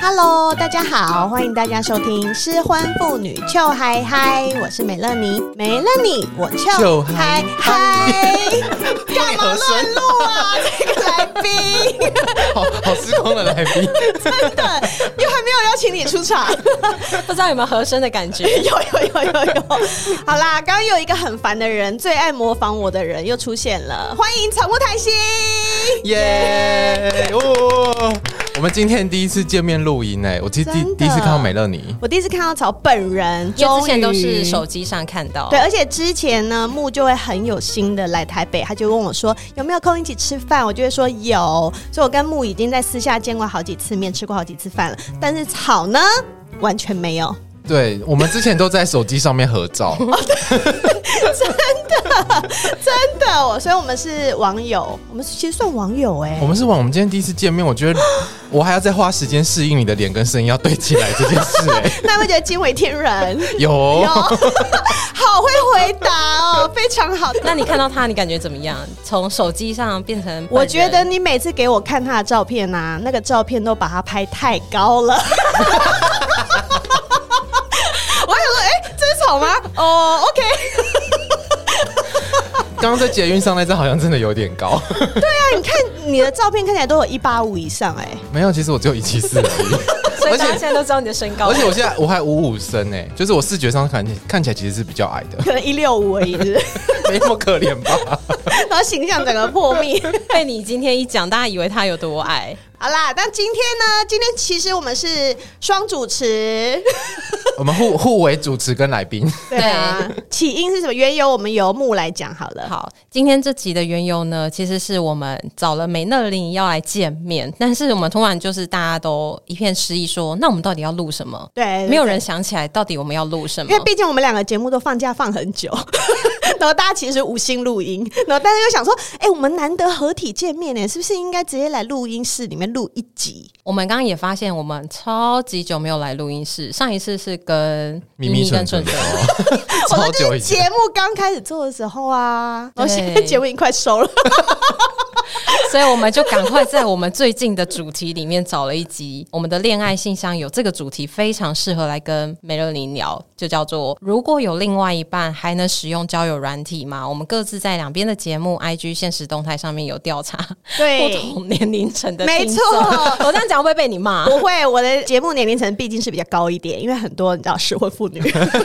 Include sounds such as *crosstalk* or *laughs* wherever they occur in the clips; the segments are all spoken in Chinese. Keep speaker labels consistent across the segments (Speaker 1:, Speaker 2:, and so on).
Speaker 1: Hello，大家好，欢迎大家收听失婚妇女俏嗨嗨，我是美乐妮，美乐妮，我俏
Speaker 2: 就
Speaker 1: 嗨
Speaker 2: 嗨
Speaker 1: 嗨， *laughs* 干嘛乱录啊？这个来宾，
Speaker 2: 好好失控的来宾，
Speaker 1: 真的 *laughs* 又还没有邀请你出场，
Speaker 3: 不知道有没有和声的感觉？
Speaker 1: *laughs* 有有有有有，好啦，刚刚有一个很烦的人，最爱模仿我的人又出现了，欢迎草木谈 *laughs* 心。
Speaker 2: 耶！
Speaker 1: *laughs*
Speaker 2: 哦，我们今天第一次见面录音哎，我其实第
Speaker 1: 真的
Speaker 2: 第一次看到美乐妮，
Speaker 1: 我第一次看到草本人，
Speaker 3: *laughs* 因为
Speaker 1: 终
Speaker 3: 之前都
Speaker 1: 于
Speaker 3: 是手机上看到，
Speaker 1: 对，，而且之前呢，木就会很有心的来台北，他就问我说有没有空一起吃饭，我就会说有，所以我跟木已经在私下见过好几次面，吃过好几次饭了。但是草呢，完全没有。 *laughs*
Speaker 2: 对我们之前都在手机上面合照，
Speaker 1: 真的，我所以我们是网友，我们其实算网友哎、
Speaker 2: 我们是往我们今天第一次见面，我觉得我还要再花时间适应你的脸跟声音要对起来这件事哎，
Speaker 1: 那会觉得惊为天人，
Speaker 2: 有
Speaker 1: 有， *laughs* 好会回答哦，非常好。
Speaker 3: 那你看到他，你感觉怎么样？从手机上变成本人，
Speaker 1: 我觉
Speaker 3: *laughs*
Speaker 1: 得你每次给我看他的照片啊，那个照片都把他拍太高了。 *laughs* 我还想说，哎、这是草吗？哦、o k
Speaker 2: 刚刚在捷运上那张好像真的有点高，
Speaker 1: 对啊，你看你的照片看起来都有一八五以上、哎，
Speaker 2: 没有，其实我只有一七四而
Speaker 1: 哦
Speaker 2: 已，
Speaker 3: 所以
Speaker 2: 而
Speaker 3: 大家
Speaker 2: 且
Speaker 3: 现在都知道你的身高。
Speaker 2: 而且我现在我还五五身哎，就是我视觉上看起看起来其实是比较矮的，
Speaker 1: 可能一六五而已是不 *laughs* 是
Speaker 2: 没那么可怜吧？
Speaker 1: 然后形象整个破灭。
Speaker 3: *laughs* 被你今天一讲，大家以为他有多矮。
Speaker 1: 好啦，但今天呢？今天其实我们是双主持，
Speaker 2: 我们互互为主持跟来宾。
Speaker 1: 对啊。起因是什么？缘由我们由木来讲好了。
Speaker 3: 好，今天这集的缘由呢，其实是我们找了美乐林要来见面，但是我们突然就是大家都一片失意说那我们到底要录什么？
Speaker 1: 对，
Speaker 3: 没有人想起来到底我们要录什么
Speaker 1: 因为。毕竟我们两个节目都放假放很久， *laughs* 然后大家其实无心录音，然后但是又想说，哎、我们难得合体见面呢，是不是应该直接来录音室里面录一集？
Speaker 3: 我们刚刚也发现，我们超级久没有来录音室，上一次是跟
Speaker 2: 咪咪
Speaker 3: 跟
Speaker 2: 蠢蠢
Speaker 3: 蠢蠢。
Speaker 2: *laughs*
Speaker 1: 我
Speaker 2: 哦超
Speaker 1: 说就
Speaker 2: 久
Speaker 1: 是
Speaker 2: 以
Speaker 1: 节
Speaker 2: 前，
Speaker 1: 目刚开始做的时候啊，
Speaker 3: 对
Speaker 1: 我现在节目已经快收了，
Speaker 3: *laughs* 所以我们就赶快在我们最近的主题里面找了一集，我们的恋爱信箱有这个主题非常适合来跟美乐林聊，就叫做“如果有另外一半，还能使用交友软体吗？”我们各自在两边的节目、IG 现实动态上面有调查不
Speaker 1: 对。
Speaker 3: 同年龄层的，
Speaker 1: 没错
Speaker 3: 我这样讲会不会被你骂？
Speaker 1: 不会，我的节目年龄层毕竟是比较高一点，因为很多你知道失婚妇 *laughs* 女
Speaker 3: 人夫人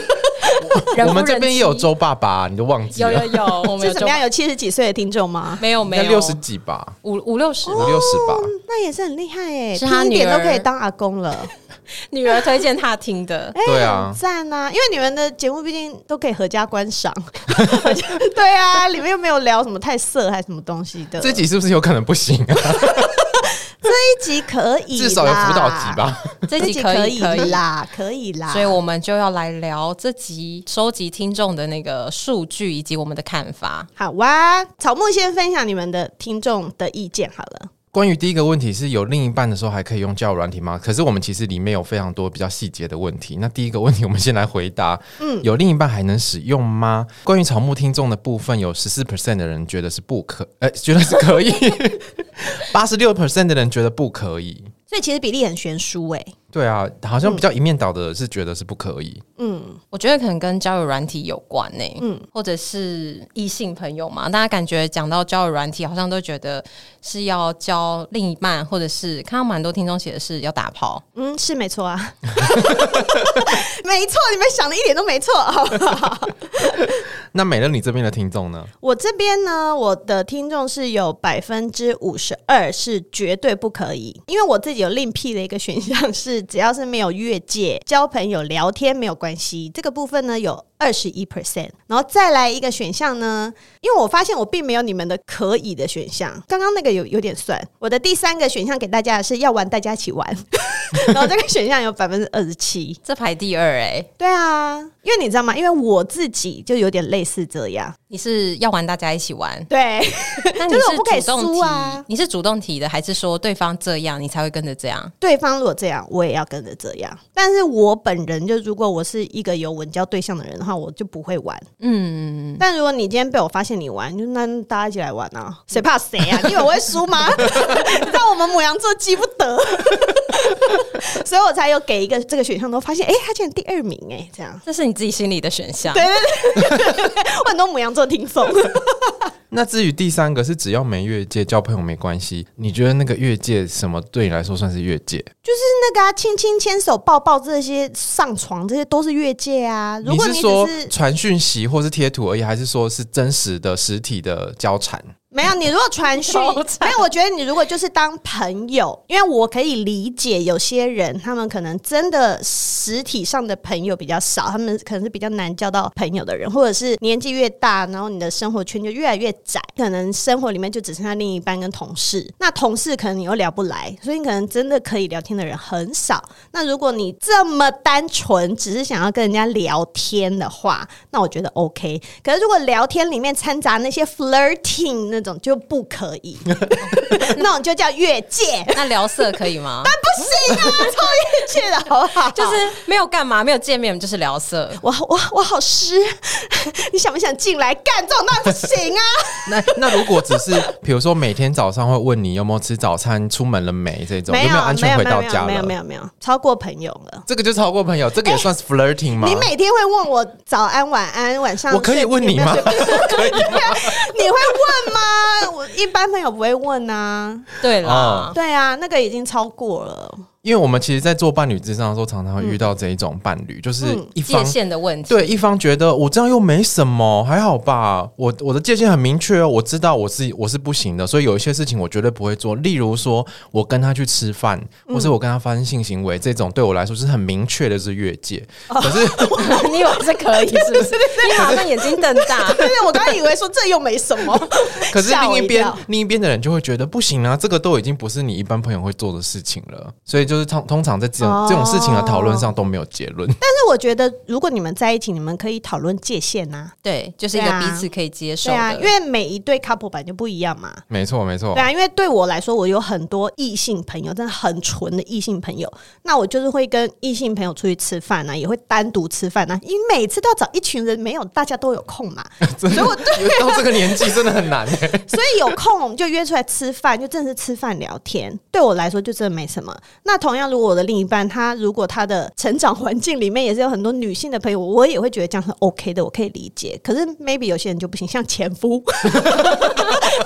Speaker 3: 妻
Speaker 2: *laughs* 我们这边也有周爸爸，你就忘记
Speaker 3: 有
Speaker 2: 了，
Speaker 3: 有
Speaker 2: *laughs*
Speaker 3: 有，我们
Speaker 1: 是
Speaker 3: 有
Speaker 1: 怎
Speaker 3: 就
Speaker 1: 么样？有七十几岁的听众吗？
Speaker 3: 没有没
Speaker 2: 应该
Speaker 3: 有
Speaker 2: 六十几吧，
Speaker 3: 五五六十吧，
Speaker 2: 五六十吧。
Speaker 1: 那也是很厉害哎、
Speaker 3: 是他
Speaker 1: 拼一点
Speaker 3: 女儿
Speaker 1: 都可以当阿公了，
Speaker 3: 女儿推荐他听
Speaker 2: *laughs*
Speaker 3: 的。
Speaker 1: 哎、
Speaker 2: 对啊
Speaker 1: 很赞啊！因为你们的节目毕竟都可以合家观赏， *laughs* 对啊，里面又没有聊什么太色还是什么东西的，
Speaker 2: 这集是不是有可能不行啊？
Speaker 1: 这一集可以，
Speaker 2: 至少有辅导集，吧。
Speaker 3: 这
Speaker 1: 这
Speaker 3: 集
Speaker 1: 集
Speaker 3: 可
Speaker 1: 可
Speaker 3: 以
Speaker 1: 以
Speaker 3: 可以
Speaker 1: 啦，可以啦，
Speaker 3: 所以我们就要来聊这集收集听众的那个数据以及我们的看法。
Speaker 1: 好哇、草木先分享你们的听众的意见好了，
Speaker 2: 关于第一个问题是有另一半的时候还可以用交友软体吗？可是我们其实里面有非常多比较细节的问题。那第一个问题，我们先来回答：嗯，有另一半还能使用吗？关于草木听众的部分，有十四 percent 的人觉得是不可，呃，觉得是 *laughs* 可以；八十六 percent 的人觉得不可以。
Speaker 1: 所以其实比例很悬殊哎、
Speaker 2: 对啊，好像比较一面倒的是觉得是不可以。
Speaker 3: 我觉得可能跟交友软体有关呢、嗯，或者是异性朋友嘛，大家感觉讲到交友软体，好像都觉得是要交另一半，或者是看到蛮多听众写的是要打炮。
Speaker 1: 嗯，是没错啊， *laughs* 没错，你们想的一点都没错，好不好？
Speaker 2: 那美乐你这边的听众呢？
Speaker 1: 我这边呢，我的听众是有百分之五十二是绝对不可以，因为我自己有另辟的一个选项是，就是只要是没有越界，交朋友聊天没有关系，这个部分呢有二十一 percent，然后再来一个选项呢，因为我发现我并没有你们的可以的选项，刚刚那个有有点算，我的第三个选项给大家的是要玩大家一起玩， *laughs* 然后这个选项有百分之二十七，
Speaker 3: 这排第二哎、
Speaker 1: 对啊，因为你知道吗？因为我自己就有点类似这样，，
Speaker 3: 你是要玩大家一起玩
Speaker 1: *laughs* 对，
Speaker 3: 那你
Speaker 1: 就是我不可以
Speaker 3: 主动
Speaker 1: 输
Speaker 3: 提，
Speaker 1: 啊
Speaker 3: 你是主动提的，还是说对方这样你才会跟着这样？
Speaker 1: 对方如果这样，我也要跟着这样。但是我本人就如果我是一个有稳交对象的人的话，我就不会玩。
Speaker 3: 嗯，
Speaker 1: 但如果你今天被我发现你玩，就那大家一起来玩啊，谁怕谁啊？你以为我会输吗？你知道我们母羊座记不得， *laughs* 所以我才有给一个这个选项，都发现哎、诶他竟然第二名哎、这样。
Speaker 3: 这是你自己心里的选项。
Speaker 1: 对我很多母羊座听众，
Speaker 2: 那至于第三个是只要没越界交朋友没关系，你觉得那个越界什么对你来说算是越界？
Speaker 1: 那个啊，亲亲、牵手、抱抱这些，上床这些都是越界啊。如果
Speaker 2: 是
Speaker 1: 只
Speaker 2: 说
Speaker 1: 是
Speaker 2: 传讯息或是贴图而已，还是说是真实的实体的交缠？ *laughs*
Speaker 1: 没有，你如果传讯，
Speaker 3: 超惨
Speaker 1: 没有，我觉得你如果就是当朋友，因为我可以理解有些人他们可能真的实体上的朋友比较少，他们可能是比较难交到朋友的人，或者是年纪越大，然后你的生活圈就越来越窄，可能生活里面就只剩下另一半跟同事，那同事可能你又聊不来，所以你可能真的可以聊天的人很少。那如果你这么单纯，只是想要跟人家聊天的话，那我觉得 OK。可是如果聊天里面掺杂那些 flirting 那种就不可以，那种就叫越界，
Speaker 3: 那聊色可
Speaker 1: *laughs*
Speaker 3: 以吗？
Speaker 1: 不行啊，超越界的好不 *laughs* 好？
Speaker 3: 就是没有干嘛，没有见面，就是聊色。
Speaker 1: 我我我好湿， *laughs* 你想不想进来干这种当然不行啊！
Speaker 2: 那那如果只是比如说每天早上会问你有没有吃早餐、出门了没这种，有没有安全回到家了？
Speaker 1: 没有没有没有没有超过朋友了。
Speaker 2: 这个就超过朋友，这个也算是 flirting 吗？
Speaker 1: 你每天会问我早安、晚安、晚上睡，
Speaker 2: 我可以问你吗 *laughs*
Speaker 1: 有没有睡 *laughs* 你会问吗？我一般朋友不会问啊。
Speaker 3: 对啦，
Speaker 2: 哦
Speaker 1: 对啊，那个已经超过了。
Speaker 2: 因为我们其实，在做伴侣之上的时候，常常会遇到这一种伴侣，就是
Speaker 1: 嗯
Speaker 2: 一
Speaker 3: 界
Speaker 2: 方、
Speaker 3: 限的问题。
Speaker 2: 对一方觉得我这样又没什么，还好吧。我我的界限很明确哦，我知道我自己我是不行的，所以有一些事情我绝对不会做。例如说，我跟他去吃饭，或
Speaker 1: 嗯
Speaker 2: 是我跟他发生性行为，这种对我来说是很明确的是越界。可是
Speaker 3: *laughs* 你以为是可以是
Speaker 1: *laughs*
Speaker 3: 不是？你马上眼睛瞪大。
Speaker 1: *laughs* 对对，我刚才以为说这又没什么，
Speaker 2: 可是
Speaker 1: 吓我
Speaker 2: 另一
Speaker 1: 一
Speaker 2: 边
Speaker 1: 跳
Speaker 2: 另一边的人就会觉得不行啊，这个都已经不是你一般朋友会做的事情了。所以就是通通常在这种、
Speaker 1: 哦
Speaker 2: 这种事情的讨论上都没有结论。
Speaker 1: 但
Speaker 2: *laughs*
Speaker 1: 是我觉得如果你们在一起，你们可以讨论界限呐、
Speaker 3: 对，就是一
Speaker 1: 对
Speaker 3: 个
Speaker 1: 啊
Speaker 3: 彼此可以接受
Speaker 1: 对
Speaker 3: 的。
Speaker 1: 啊，因为每一对 couple 版就不一样嘛。
Speaker 2: 没错，没错
Speaker 1: 对。啊，因为对我来说，我有很多异性朋友，真的很纯的异性朋友。那我就是会跟异性朋友出去吃饭呢、也会单独吃饭呢、啊因为每次都要找一群人，没有大家都有空嘛，所以我对，
Speaker 2: 到这个年纪真的很难哎、
Speaker 1: 所以有空我们就约出来吃饭，就真的是吃饭聊天。对我来说，就真的没什么。那同样，如果我的另一半他如果他的成长环境里面也是有很多女性的朋友，我也会觉得这样是 OK 的，我可以理解。可是 maybe 有些人就不行，像前夫，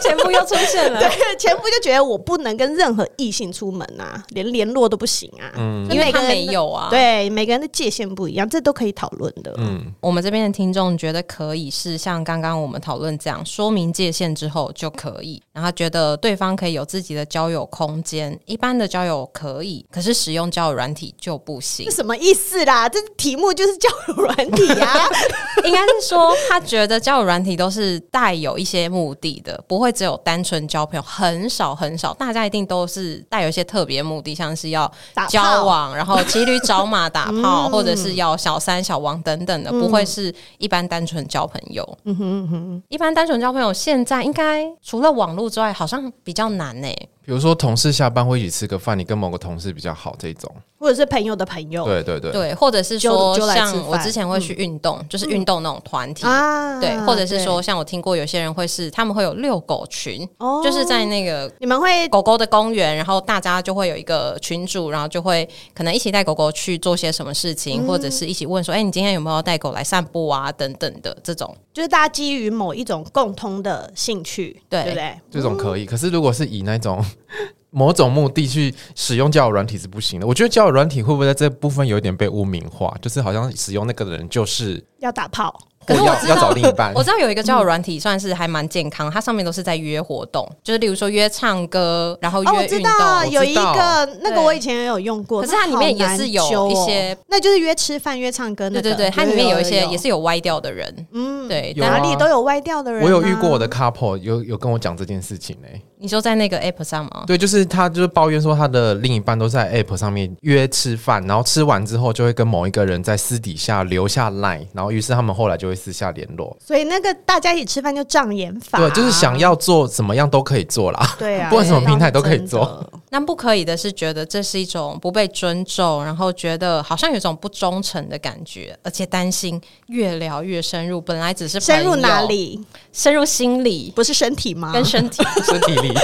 Speaker 3: 前夫又出现了。
Speaker 1: *laughs* 对，前夫就觉得我不能跟任何异性出门啊， *laughs* 连联络都不行啊，就
Speaker 3: 因为
Speaker 1: 每个
Speaker 3: 他
Speaker 1: 人
Speaker 3: 没、有啊，，
Speaker 1: 对每个人的界限不一样，这都可以讨论的。
Speaker 3: 我们这边的听众觉得可以是像刚刚我们讨论这样，说明界限之后就可以，然后他觉得对方可以有自己的交友空间，一般的交友可以，可是使用交友软体就不行
Speaker 1: 这。什么意思啦？这题目就是交友软体啊！ *laughs*
Speaker 3: 应该是说，他觉得交友软体都是带有一些目的的，不会只有单纯交朋友，很少很少，大家一定都是带有一些特别目的，像是要
Speaker 1: 打炮
Speaker 3: 交往，然后骑驴找马、打炮，或者是要小三、小王等等
Speaker 1: 嗯
Speaker 3: 的，不会是一般单纯交朋友。嗯哼哼，一般单纯交朋友，现在应该除了网络之外，好像比较难欸呢、
Speaker 2: *laughs* 比如说同事下班会一起吃个饭，你跟某个同事比较好这种。
Speaker 1: 或者是朋友的朋友
Speaker 2: 对对对。
Speaker 3: 对，或者是说
Speaker 1: 就就来吃
Speaker 3: 像我
Speaker 1: 饭嗯
Speaker 3: 之前会去运动，就是运动那种团体。
Speaker 1: 啊
Speaker 3: 对，或者是说，像我听过有些人会是他们会有遛狗群，
Speaker 1: 哦
Speaker 3: 就是在那个
Speaker 1: 你们会
Speaker 3: 狗狗的公园，然后大家就会有一个群主，然后就会可能一起带狗狗去做些什么事情，或
Speaker 1: 嗯
Speaker 3: 者是一起问说，哎、你今天有没有带狗来散步啊？等等的这种。
Speaker 1: 就是大家基于某一种共通的兴趣，
Speaker 3: 对
Speaker 1: 对不对？
Speaker 2: 这种可以。可是如果是以那种 *laughs* 某种目的去使用交友软体是不行的。我觉得交友软体会不会在这部分有一点被污名化？就是好像使用那个的人就是
Speaker 1: 要打炮，
Speaker 3: 可是
Speaker 2: 或
Speaker 3: 我
Speaker 2: 要
Speaker 3: 知
Speaker 2: 要找
Speaker 3: 道
Speaker 2: 另一
Speaker 1: 哎
Speaker 2: 半
Speaker 3: 我。知道有一个
Speaker 1: 嗯
Speaker 3: 交友软体算是还蛮健康，它上面都是在约活动，就是例如说约唱歌，然后
Speaker 1: 哦，我
Speaker 3: 约
Speaker 1: 知
Speaker 3: 运动。
Speaker 1: 道有一
Speaker 2: 道
Speaker 1: 个那个
Speaker 3: 对
Speaker 1: 我以前也有用过，
Speaker 3: 可是它里面也是有
Speaker 1: 那好难
Speaker 3: 一
Speaker 1: 揪哦
Speaker 3: 些，
Speaker 1: 那就是约吃饭、约唱歌那
Speaker 3: 对
Speaker 1: 个。
Speaker 3: 对对，它里面有一些也
Speaker 1: 是
Speaker 3: 是有歪掉的人，
Speaker 1: 嗯，
Speaker 3: 对。
Speaker 2: 有啊
Speaker 3: 但
Speaker 1: 哪里都有歪掉的人啊。
Speaker 2: 我有遇过我的 couple 有有跟我讲这件事情呢、欸
Speaker 3: 你说在那个 app 上吗？
Speaker 2: 对，就是他就是抱怨说他的另一半都在 app 上面约吃饭，然后吃完之后就会跟某一个人在私底下留下 line，然后于是他们后来就会私下联络。
Speaker 1: 所以那个大家一起吃饭就障眼法，
Speaker 3: 啊
Speaker 2: 对，就是想要做怎么样都可以做啦。 *laughs*
Speaker 1: 对啊，
Speaker 2: 不管什么平台都可以
Speaker 1: 那是真的
Speaker 2: 做。
Speaker 3: 那不可以的是，觉得这是一种不被尊重，然后觉得好像有一种不忠诚的感觉，而且担心越聊越深入，本来只是
Speaker 1: 深入
Speaker 3: 朋友
Speaker 1: 哪？里？啊
Speaker 3: 深入心里
Speaker 1: 不是身体吗？
Speaker 3: 跟身体，
Speaker 2: 身体力，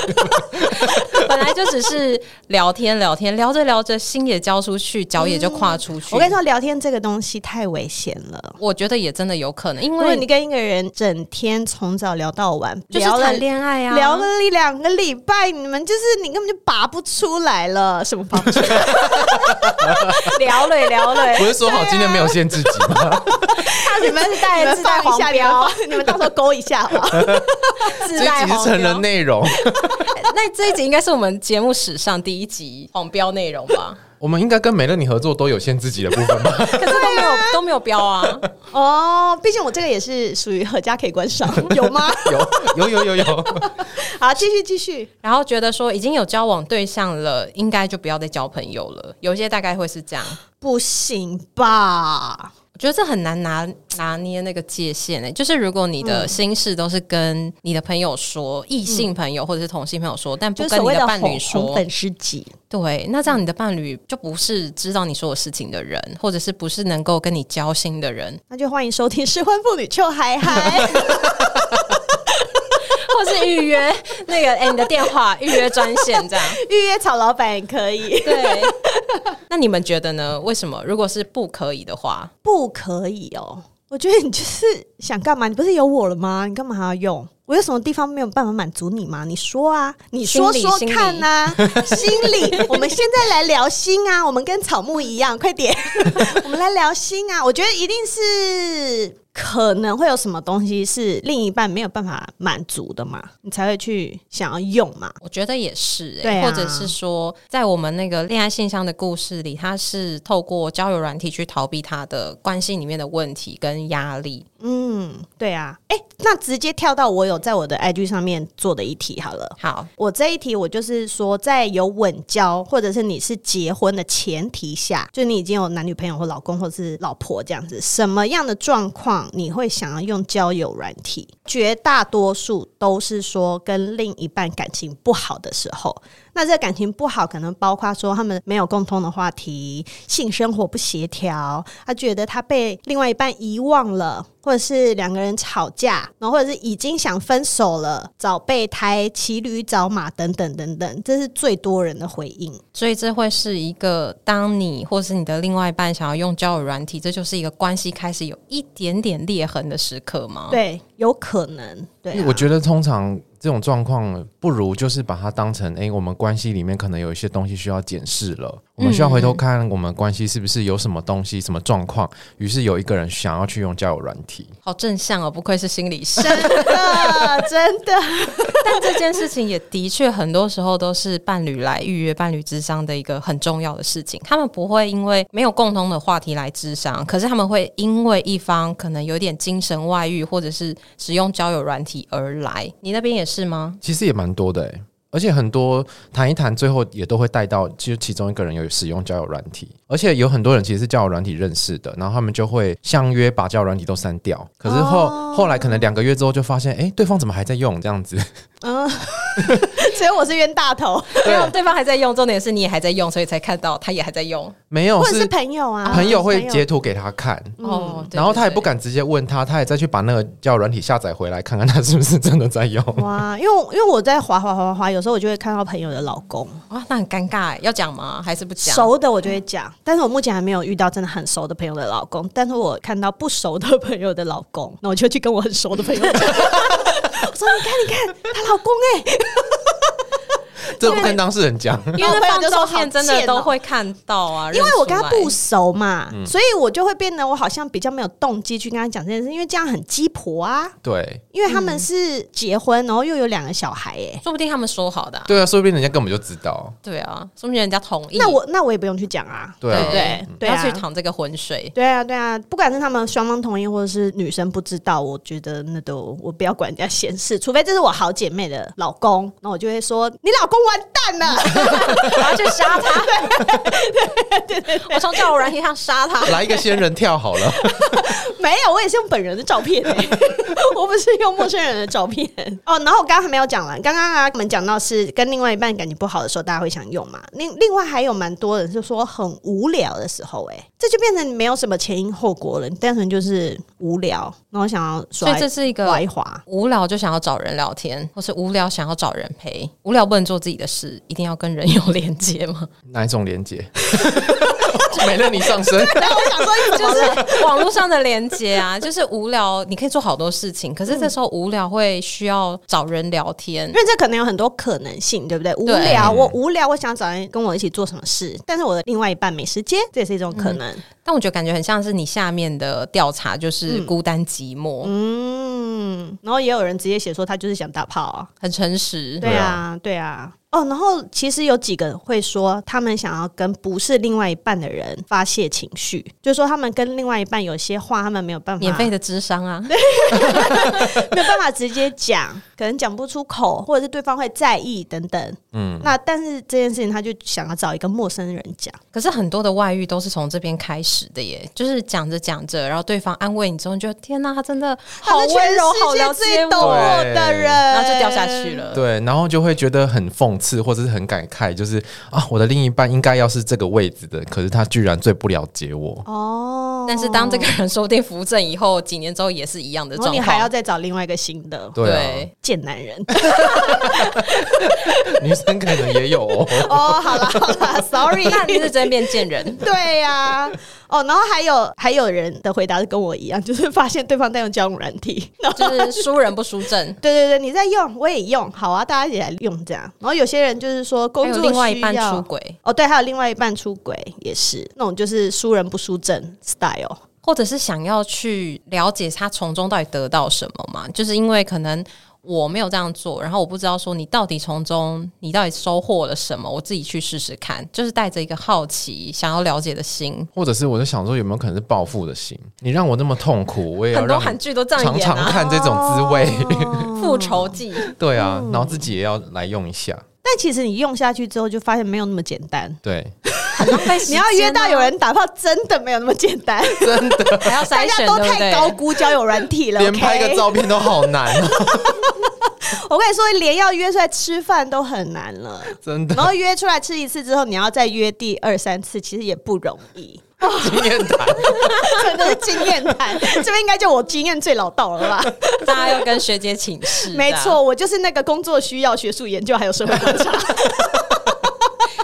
Speaker 3: 本来就只是聊天聊天，聊着聊着心也交出去，脚也就跨出
Speaker 1: *laughs*
Speaker 3: 去。
Speaker 1: 我跟你，说，聊天这个东西太危险了。
Speaker 3: 我觉得也真的有可能，因
Speaker 1: 如果
Speaker 3: 为
Speaker 1: 你跟一个人整天从早聊到晚，
Speaker 3: 就是
Speaker 1: 聊了
Speaker 3: 谈恋爱啊，
Speaker 1: 聊了一两个礼拜，你们就是你根本就拔不出来了，什么拔不出 *laughs* 来？
Speaker 3: 聊了聊了， *laughs*
Speaker 2: 不是说好今天没有限制级吗？
Speaker 1: 你们
Speaker 3: 自带
Speaker 1: 你们
Speaker 3: 自带
Speaker 1: 放一下，你
Speaker 3: 黄
Speaker 1: 们
Speaker 3: 标
Speaker 1: 放 *laughs* 你们到时候勾一下好不好？
Speaker 3: *laughs* 自
Speaker 2: 这一集是成人内容，
Speaker 3: *laughs* 那这一集应该是我们节目史上第一集黄标内容吧？
Speaker 2: *laughs* 我们应该跟美乐你合作都有限制级的部 *laughs* 分吧？
Speaker 3: 可是都没有、都没有标啊，
Speaker 1: *laughs* 哦，毕竟我这个也是属于合家可以观赏， *laughs* 有吗？
Speaker 2: 有有有有有，
Speaker 1: 好，继续继续。
Speaker 3: 然后觉得说已经有交往对象了，应该就不要再交朋友了。有一些大概会是这样，
Speaker 1: 不行吧？
Speaker 3: 我觉得这很难拿拿捏那个界限诶、就是如果你的心事都是跟你的朋友说，异性朋友或者是同性朋友说，但
Speaker 1: 嗯就是
Speaker 3: 不跟
Speaker 1: 所
Speaker 3: 你
Speaker 1: 谓
Speaker 3: 的伴
Speaker 1: 红
Speaker 3: 侣
Speaker 1: 红
Speaker 3: 说，
Speaker 1: 粉知己，
Speaker 3: 对，那这样你的伴侣就不是知道你所有事情的人，或者是不是能够跟你交心的人，
Speaker 1: 那就欢迎收听《失婚妇女邱海 *laughs* 海》。
Speaker 3: 或是预约那个哎、你的电话预约专线这样。
Speaker 1: 预约曹老板也可以，
Speaker 3: 对， *laughs* 那你们觉得呢？为什么？如果是不可以的话，
Speaker 1: 不可以哦？我觉得你就是想干嘛？你不是有我了吗？你干嘛还要用？我有什么地方没有办法满足你吗？你说啊，你说
Speaker 3: 心理
Speaker 1: 说看
Speaker 3: *laughs*
Speaker 1: 呐、啊。心理，我们现在来聊心啊，我们跟草木一样，快点， *laughs* 我们来聊心啊。我觉得一定是可能会有什么东西是另一半没有办法满足的嘛，你才会去想要用嘛。
Speaker 3: 我觉得也是、欸，
Speaker 1: 对啊
Speaker 3: 或者是说，在我们那个恋爱信箱的故事里，他是透过交友软体去逃避他的关系里面的问题跟压力。
Speaker 1: 嗯，对啊，哎、那直接跳到我有在我的 IG 上面做的一题好了。
Speaker 3: 好，
Speaker 1: 我这一题，我就是说，在有稳交或者是你是结婚的前提下，就你已经有男女朋友或老公或是老婆这样子，什么样的状况你会想要用交友软体？绝大多数都是说跟另一半感情不好的时候，那这个感情不好，可能包括说他们没有共同的话题，性生活不协调，他觉得他被另外一半遗忘了，或者是两个人吵架，然后或者是已经想分手了，找备胎、骑驴找马等等等等，这是最多人的回应。
Speaker 3: 所以这会是一个，当你或是你的另外一半想要用交友软体，这就是一个关系开始有一点点裂痕的时刻吗？，
Speaker 1: 对，有可能。对啊、
Speaker 2: 哦我觉得通常这种状况，不如就是把它当成，哎、我们关系里面可能有一些东西需要检视了，我们需要回头看我们关系是不是有什么东西、什么状况。于是有一个人想要去用交友软体，
Speaker 3: 好正向哦，不愧是心理师。
Speaker 1: 真的，真的，
Speaker 3: 但 *laughs* 这件事情也的确很多时候都是伴侣来预约伴侣智商的一个很重要的事情。他们不会因为没有共同的话题来智商，可是他们会因为一方可能有点精神外遇，或者是使用交友软体而来。你那边也
Speaker 1: *laughs*
Speaker 3: 是吗？
Speaker 2: 其实也蛮多的、诶而且很多谈一谈，最后也都会带到，其实其中一个人有使用交友软体，而且有很多人其实是交友软体认识的，然后他们就会相约把交友软体都删掉。可是后、后来可能两个月之后就发现，哎、对方怎么还在用这样子？ *laughs*
Speaker 1: 嗯， *laughs* 所以我是冤大
Speaker 2: 哦
Speaker 1: 头，
Speaker 3: 没有，对方还在用，重点是你也还在用，所以才看到他也还在用。
Speaker 2: 没有
Speaker 1: 或者是朋友啊，
Speaker 2: 朋友会截图给他看，
Speaker 1: 嗯
Speaker 3: 哦，对
Speaker 2: 然后他也
Speaker 3: 对
Speaker 2: 不敢直接问他，他也再去把那个交友软体下载回来，看看他是不是真的在用。
Speaker 1: 啊哇，因为我因为我在滑滑滑滑滑，有时候我就会看到朋友的老公。
Speaker 3: 哇，哦那很尴尬，要讲吗？还是不讲？
Speaker 1: 熟的我就会讲，但是我目前还没有遇到真的很熟的朋友的老公，但是我看到不熟的朋友的老公， *laughs* 那我就去跟我很
Speaker 3: *laughs*
Speaker 1: 欸
Speaker 3: *laughs*
Speaker 1: 熟的朋友讲，我说你看你看她老公哎、
Speaker 2: 这不跟当事人讲。
Speaker 3: 因为那放照片真的都会看到啊，
Speaker 1: 哦因为我跟他不
Speaker 3: 认出嗯
Speaker 1: 熟嘛，所以我就会变得我好像比较没有动机去跟他讲这件事，因为这样很鸡婆啊。
Speaker 2: 对
Speaker 1: 因为他
Speaker 3: 嗯
Speaker 1: 们是结婚，然后又有两个小孩、欸耶。
Speaker 3: 来，说不定他们说好的、啊，
Speaker 2: 对啊，说不定人家根本就知道。
Speaker 3: 对啊，说不定人家同意，
Speaker 1: 那我那我也不用去讲啊。
Speaker 2: 对啊，
Speaker 3: 对嗯
Speaker 1: 对对啊
Speaker 3: 要去淌这个浑水。
Speaker 1: 对啊，对啊，不管是他们双方同意，或者是女生不知道，我觉得那都我不要管人家闲事，除非这是我好姐妹的老公，那我就会说你老公完蛋
Speaker 3: *laughs*
Speaker 1: 了，
Speaker 3: *laughs* 我要去杀 *laughs* 他，我从交友软件上杀他。
Speaker 2: 来一个仙人跳好了，
Speaker 1: 没有，我也是用本人的照片、欸，我不是用陌生人的照片。哦，然后我刚刚还没有讲完，刚刚啊，我们讲到是跟另外一半感情不好的时候，大家会想用嘛。另另外还有蛮多人是说很无聊的时候、欸，哎，这就变成没有什么前因后果了，你单纯就是无聊，然后想要
Speaker 3: 所
Speaker 1: 刷
Speaker 3: 以这是一
Speaker 1: 滑一
Speaker 3: 个
Speaker 1: 滑。
Speaker 3: 无聊就想要找人聊天，或是无聊想要找人陪，无聊不能做自己的事，一定要跟人有连接 *laughs* 吗？
Speaker 2: 哪一种连接？没了你上身，
Speaker 1: *laughs* 然后我想说，
Speaker 3: 就是 *laughs* 网络上的连接啊， *laughs* 就是无聊，你可以做好多事情，可是这时候无聊会需要找人聊天
Speaker 1: 因。为这可能有很多可能性，对不对？无聊，我无聊，我想找人跟我一起做什么事，但是我的另外一半没时间，这也是一种可能。
Speaker 3: 但我觉得感觉很像是你下面的调查，就是孤单寂寞，
Speaker 1: 嗯然后也有人直接写说他就是想打炮啊，
Speaker 3: 很诚实。
Speaker 1: 对啊，对啊。哦，然后其实有几个会说，他们想要跟不是另外一半的人发泄情绪，就是说他们跟另外一半有些话他们没有办法
Speaker 3: 免费的智商啊，
Speaker 1: 没有办法直接讲，可能讲不出口，或者是对方会在意等等。嗯，那但是这件事情他就想要找一个陌生人讲。
Speaker 3: 可是很多的外遇都是从这边开始的耶，就是讲着讲着，然后对方安慰你之后，你就天哪、他真的好温柔，好了解
Speaker 1: 懂
Speaker 3: 我，
Speaker 1: 我的人，
Speaker 3: 然后就掉下去。了。
Speaker 2: 对，然后就会觉得很讽刺或者是很感慨，就是啊，我的另一半应该要是这个位置的，可是他居然最不了解我。
Speaker 1: 哦，
Speaker 3: 但是当这个人说不定扶正以后，几年之后也是一样的
Speaker 1: 然
Speaker 3: 状
Speaker 1: 后
Speaker 3: 况。
Speaker 1: 你还要再找另外一个新的
Speaker 2: 对啊，
Speaker 1: 贱男
Speaker 3: *laughs*
Speaker 1: 人。
Speaker 2: 女生可能也
Speaker 1: *laughs*
Speaker 2: 有哦。
Speaker 1: 哦，好啦好 *laughs* 啦 s o r r
Speaker 3: 那你
Speaker 1: y
Speaker 3: 是真变贱
Speaker 1: *laughs*
Speaker 3: 人。
Speaker 1: 对呀、哦，然后还有还有人的回答是跟我一样，就是发现对方在用交友软体，然后。
Speaker 3: 就是输人不输阵
Speaker 1: 对对对，你在用，我也用，好啊，大家一起来用这样。然后有些人就是说工
Speaker 3: 还有
Speaker 1: 作
Speaker 3: 另外一半
Speaker 1: 需要
Speaker 3: 出轨，
Speaker 1: 哦，对，还有另外一半出轨也是那种就是输人不输阵 style。
Speaker 3: 或者是想要去了解他从中到底得到什么嘛？就是因为可能我没有这样做，然后我不知道说你到底从中你到底收获了什么，我自己去试试看，就是带着一个好奇想要了解的心。
Speaker 2: 或者是我就想说，有没有可能是报复的心？你让我那么痛苦，我也要
Speaker 3: 很多
Speaker 2: 让
Speaker 3: 韩
Speaker 2: 你
Speaker 3: 剧都这样
Speaker 2: 尝
Speaker 3: 演
Speaker 2: 尝
Speaker 3: 啊，
Speaker 2: 看这种滋味。
Speaker 1: *laughs*
Speaker 3: 复仇记。
Speaker 2: 对啊，
Speaker 1: 嗯
Speaker 2: 然后自己也要来用一下。
Speaker 1: 但其实你用下去之后，就发现没有那么简单。
Speaker 2: 对，
Speaker 1: 你要约到有人打炮，真的没有那么简
Speaker 2: *laughs*
Speaker 1: 单。 *laughs*
Speaker 3: *laughs* 还要
Speaker 1: 大
Speaker 3: 筛
Speaker 1: 家
Speaker 3: 选，
Speaker 1: 都
Speaker 3: 对不
Speaker 1: 太
Speaker 3: 对
Speaker 1: 高估交友软体了，
Speaker 2: 连
Speaker 1: OK
Speaker 2: 拍个照片都好难
Speaker 1: *laughs*
Speaker 2: 啊，
Speaker 1: 我跟你说，连要约出来吃饭都很难
Speaker 2: *laughs*
Speaker 1: 了。
Speaker 2: 真的
Speaker 1: 然后约出来吃一次之后，你要再约第二三次，其实也不容
Speaker 2: *laughs*
Speaker 1: 易，
Speaker 2: 经验谈。
Speaker 1: 真的是经验
Speaker 2: *laughs*
Speaker 1: 谈。这边应该就我经验最老道了吧？
Speaker 3: 大家要跟学姐请示。
Speaker 1: 没
Speaker 3: 这样
Speaker 1: 错，，我就是那个工作需要、学术研究还有社会观
Speaker 2: *laughs*
Speaker 1: 察，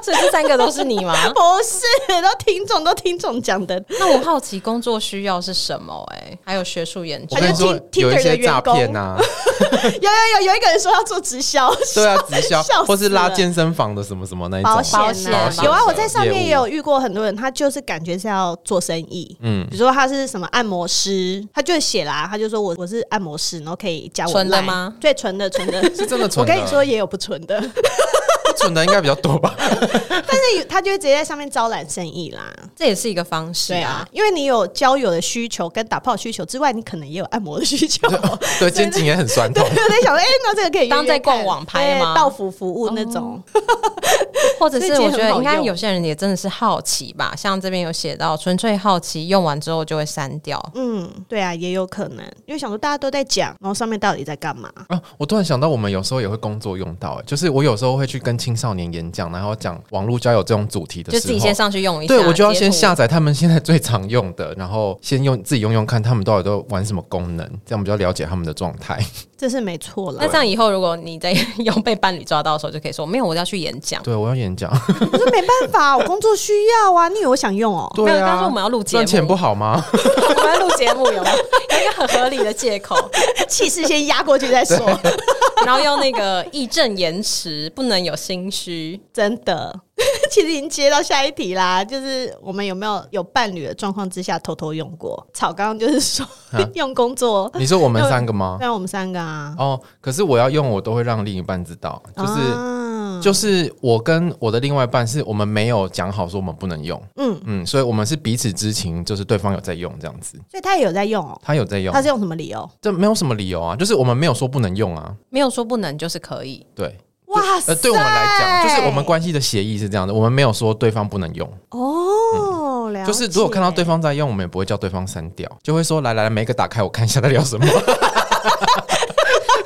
Speaker 3: 所以这三个都
Speaker 1: *laughs*
Speaker 3: 是你吗？
Speaker 1: 不是都听总都听总讲的。
Speaker 3: 那我好奇工作需要是什么、哎，还有学术研究
Speaker 2: 我跟你说
Speaker 1: 他就，听
Speaker 2: 有一
Speaker 1: Tinder 的
Speaker 2: 些
Speaker 1: 员
Speaker 2: 诈
Speaker 1: 工
Speaker 2: 骗啊呐，
Speaker 1: 有有有有一个人说要做直
Speaker 2: *laughs*
Speaker 1: 销， *laughs*
Speaker 3: *laughs*
Speaker 2: 对啊，直销
Speaker 1: 笑死
Speaker 2: 或是拉
Speaker 1: 了
Speaker 2: 健身房的什么什么那一
Speaker 1: 保
Speaker 2: 种
Speaker 1: 险、啊、
Speaker 3: 保险
Speaker 1: 有啊，
Speaker 2: 保险
Speaker 1: 我在上面
Speaker 2: 业务
Speaker 1: 也有遇过很多人，他就是感觉是要做生意，嗯
Speaker 2: 嗯，
Speaker 1: 比如说他是什么按摩师，他就写啦，他就说我我是按摩师，然后可以加我
Speaker 3: 纯的
Speaker 1: Line
Speaker 3: 吗？
Speaker 1: 对，纯的纯的。
Speaker 2: 是真的
Speaker 1: 我
Speaker 2: 存的。
Speaker 1: 跟你说，，也有不纯
Speaker 3: *laughs*
Speaker 1: 的，但
Speaker 2: 存的应该比较多吧？
Speaker 1: 是有他就会直接在上面招揽生意啦。
Speaker 3: 这也是一个方式
Speaker 1: 对啊，，因为你有交友的需求跟打炮需求之外，你可能也有按摩的需求。
Speaker 2: 对，肩颈也很酸痛
Speaker 1: 对，。我在想说，哎、那这个可以约约
Speaker 3: 当在
Speaker 1: 看
Speaker 3: 逛网拍
Speaker 1: 对
Speaker 3: 吗哦
Speaker 1: 到府服务那种，
Speaker 3: 或者是
Speaker 1: 所以其
Speaker 3: 我觉
Speaker 1: 实很
Speaker 3: 得
Speaker 1: 好
Speaker 3: 应该
Speaker 1: 用
Speaker 3: 有些人也真的是好奇吧，像这边有写到，纯粹好奇，用完之后就会删掉。
Speaker 1: 嗯，对啊，也有可能，因为想说大家都在讲，然后上面到底在干嘛？
Speaker 2: 啊，我突然想到，我们有时候也会工作用到、欸，就是我有时候会去跟青少年演讲，然后讲网络交友这种主题的时
Speaker 3: 就
Speaker 2: 候，
Speaker 3: 自己先上去用一下，
Speaker 2: 对我就要先
Speaker 3: 截图
Speaker 2: 下载他们现在最常用的，然后先用自己用用看，他们到底都玩什么功能，这样我们就了解他们的状态。
Speaker 1: 这是没错
Speaker 3: 那
Speaker 1: 了。
Speaker 3: 这样以后，如果你在 *laughs* 要被伴侣抓到的时候，就可以说没有，我要去演讲。
Speaker 2: 对，我要演讲。
Speaker 1: 可是没办法，我工作需要啊。你以为我想用哦？
Speaker 3: *laughs* 没
Speaker 2: 对
Speaker 3: 有，刚
Speaker 2: 啊，
Speaker 3: 说我们要录节目，
Speaker 2: 赚钱不好吗？
Speaker 3: 我们要录节目有没有？有一个很合理的借口，
Speaker 1: *laughs* 气势先压过去再说，
Speaker 3: 然后要那个义正言辞，不能有心虚。
Speaker 1: 真的。 *laughs* 其实已经接到下一题啦，就是我们有没有有伴侣的状况之下偷偷用过？草刚刚就是说、
Speaker 2: 啊
Speaker 1: 用工作，
Speaker 2: 你说我们三个吗？
Speaker 1: 那我们三个啊，
Speaker 2: 哦，可是我要用，我都会让另一半知道，哦就是、
Speaker 1: 啊
Speaker 2: 就是我跟我的另外一半是我们没有讲好说我们不能用，
Speaker 1: 嗯
Speaker 2: 嗯嗯，所以我们是彼此知情，就是对方有在用这样子，
Speaker 1: 所以他也有在用哦。
Speaker 2: 他有在用
Speaker 1: 他，是用什么理由？
Speaker 2: 这没有什么理由啊，就是我们没有说不能用啊，
Speaker 3: 没有说不能，就是可以。
Speaker 2: 对，
Speaker 1: 哇塞！
Speaker 2: 呃，对我们来讲，就是我们关系的协议是这样的，我们没有说对方不能用，
Speaker 1: 哦，了
Speaker 2: 嗯就是如果看到对
Speaker 1: 解
Speaker 2: 方在用，我们也不会叫对方删掉，就会说来来来，每一个打开我看一下在聊什
Speaker 1: *laughs*
Speaker 2: 么，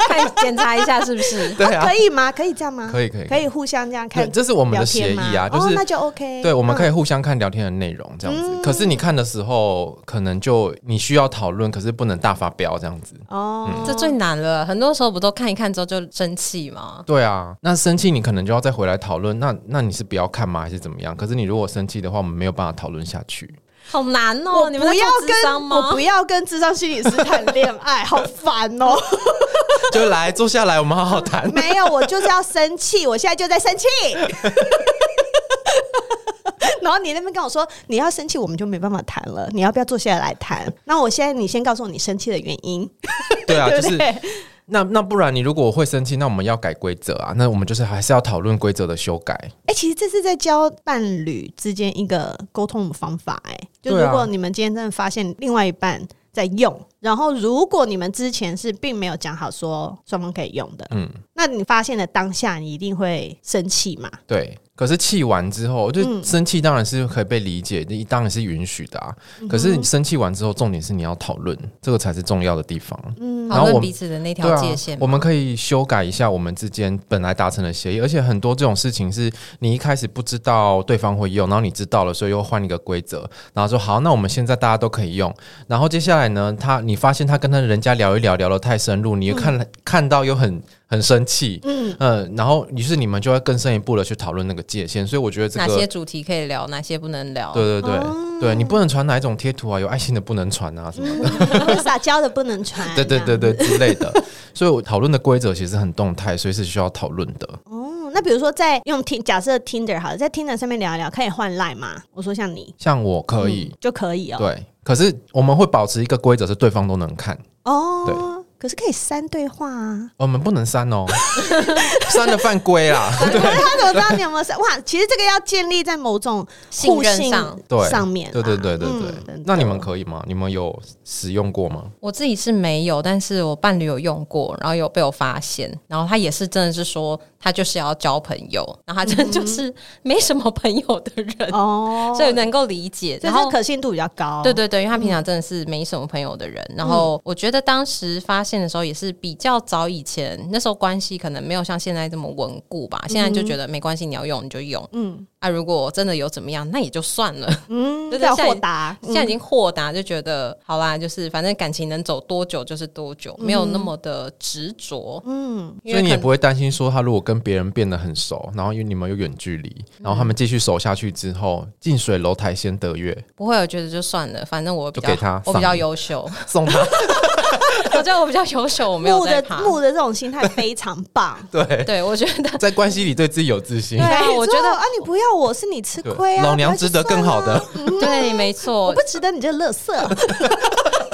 Speaker 3: 看检查一下是不是？
Speaker 2: 对啊
Speaker 1: 可，以吗？可以这样吗？
Speaker 2: 可以可以
Speaker 1: 可以互相这样
Speaker 2: 对
Speaker 1: 看，
Speaker 2: 这是我
Speaker 1: 我
Speaker 2: 们的协议啊，就
Speaker 1: 哦
Speaker 2: 是、、
Speaker 1: 那就 OK。嗯
Speaker 2: 对，我们可
Speaker 1: 以。
Speaker 2: 以互相看聊天的内容这样子。
Speaker 1: 嗯
Speaker 2: 可是你看的时候，可能就你需要讨论，可是不能大发飙这样子。
Speaker 1: 哦，
Speaker 2: 啊嗯
Speaker 3: 这最难了，很多时候不都看一看之后就生气吗？
Speaker 2: 对啊，那生气你可能就要再回来讨论。那那你是不要看吗，还是怎么样？可是你如果生气的话，我们没有办法讨论下
Speaker 1: *laughs*
Speaker 2: 去。
Speaker 3: 好难哦、
Speaker 1: 我
Speaker 3: 你们在
Speaker 1: 不要
Speaker 3: 做智商
Speaker 1: 跟我
Speaker 3: 吗
Speaker 1: 不？要跟智商心理师谈恋
Speaker 3: *laughs*
Speaker 1: 爱，好烦哦！
Speaker 2: 就来坐下来，我们好好
Speaker 1: *laughs*
Speaker 2: 谈。
Speaker 1: 没有，我就是要生气，我现在就在生
Speaker 3: *laughs*
Speaker 1: 气。然后你那边跟我说你要生气，我们就没办法谈了。你要不要坐下来谈？那我现在你先告诉我你生气的原因，
Speaker 2: 对啊，
Speaker 1: 对
Speaker 2: 就
Speaker 1: 不
Speaker 2: 是
Speaker 1: 对？
Speaker 2: 那那不然你如果会生气，那我们要改规则啊。那我们就是还是要讨论规则的修改。
Speaker 1: 哎、其实这是在教伴侣之间一个沟通的方法、哎，就
Speaker 2: 对啊
Speaker 1: 如果你们今天真的发现另外一半在用，然后如果你们之前是并没有讲好说双方可以用的，
Speaker 2: 嗯，
Speaker 1: 那你发现了当下，你一定会生气嘛？
Speaker 2: 对。可是气完之后，就
Speaker 1: 嗯
Speaker 2: 生气当然是可以被理解，你当然是允许的啊。
Speaker 1: 嗯
Speaker 2: 可是你生气完之后，重点是你要讨论，这个才是重要的地方。
Speaker 1: 嗯，
Speaker 2: 然后
Speaker 3: 讨
Speaker 2: 我
Speaker 3: 论
Speaker 2: 们
Speaker 3: 彼此的
Speaker 2: 对
Speaker 3: 那条界限
Speaker 2: 啊。
Speaker 3: 吗、
Speaker 2: 我们可以修改一下我们之间本来达成的协议，而且很多这种事情是你一开始不知道对方会用，然后你知道了，所以又换一个规则，然后说好，那我们现在大家都可以用。然后接下来呢，他你发现他跟他人家聊一聊，聊得太深入，你又看、
Speaker 3: 嗯
Speaker 2: 看到又很很生气，嗯然后于是你们就会更深一步的去讨论那个界限。所以我觉得这
Speaker 3: 哪
Speaker 2: 个
Speaker 3: 些，哦主题可以聊，哪些不能聊？
Speaker 2: 对对对、对，你不能传哪一种贴图啊，有爱心的不能传啊什么的。，
Speaker 1: 或者撒娇的不能传
Speaker 2: 对对对
Speaker 1: 这样。
Speaker 2: 对之类的，所以我讨论的规则其实很动态，所以是需要讨论的。
Speaker 1: 哦，那比如说在用听，假设 Tinder 好了，在 Tinder 上面聊一聊，可以换 Line 吗？我说像你
Speaker 2: 像我可以
Speaker 1: 嗯，就可以哦。
Speaker 2: 对，可是我们会保持一个规则，是对方都能看，
Speaker 1: 哦，可是可以删对话啊。
Speaker 2: 我们不能删哦，删了犯规啦。
Speaker 1: *laughs* 他怎么知道你有没有删？哇，其实这个要建立在某种
Speaker 3: 信任上
Speaker 1: 互
Speaker 2: 对，
Speaker 1: 信上面啦，
Speaker 2: 对对对对对
Speaker 1: 嗯真的。
Speaker 2: 那你们可以吗？你们有使用过吗？
Speaker 3: 我自己是没有，但是我伴侣有用过，然后有被我发现，然后他也是真的是说他就是要交朋友，然后他真的就是没什么朋友的人，
Speaker 1: 哦，
Speaker 3: 所以能够理解。
Speaker 1: 所以
Speaker 3: 然
Speaker 1: 这
Speaker 3: 后
Speaker 1: 可信度比较高。
Speaker 3: 对对对，因为他平常真的是没什么朋友的人。然后我觉得当时发现的时候也是比较早以前，那时候关系可能没有像现在这么稳固吧。现在就觉得没关系，你要用你就用。
Speaker 1: 嗯
Speaker 3: 啊，如果真的有怎么样，那也就算了。
Speaker 1: 嗯，
Speaker 3: 对对
Speaker 1: 比较
Speaker 3: 像
Speaker 1: 豁达，
Speaker 3: 现在已经豁达，就觉得好啦，就是反正感情能走多久就是多久，没有那么的执着。
Speaker 1: 嗯，
Speaker 3: 因
Speaker 2: 所
Speaker 3: 为
Speaker 2: 以你也
Speaker 3: 可能
Speaker 2: 不会担心说，他如果跟别人变得很熟，然后因为你们有远距离，然后他们继续熟下去之后，近水楼台先得月，
Speaker 3: 不会，我觉得就算了，反正我比
Speaker 2: 就
Speaker 3: 较
Speaker 2: 给他
Speaker 3: 我比较
Speaker 2: 放
Speaker 3: 优秀， *laughs*
Speaker 2: 送他。
Speaker 3: 我觉得我比较优秀，我没有
Speaker 1: 木
Speaker 3: 在
Speaker 1: 的
Speaker 3: 怕。
Speaker 1: 木的这种心态非常棒。
Speaker 2: 对，
Speaker 3: 对，我觉
Speaker 1: *laughs*
Speaker 3: 得
Speaker 2: 在关系里对自己有自信
Speaker 3: *laughs* 对，啊
Speaker 1: 没错
Speaker 3: 我觉得
Speaker 1: 啊，你不要我是你吃亏啊，
Speaker 2: 老娘值得更好
Speaker 1: 不要去算啊，
Speaker 2: 的。
Speaker 3: 对，没错
Speaker 1: 我不。值得你这乐色。
Speaker 3: *laughs*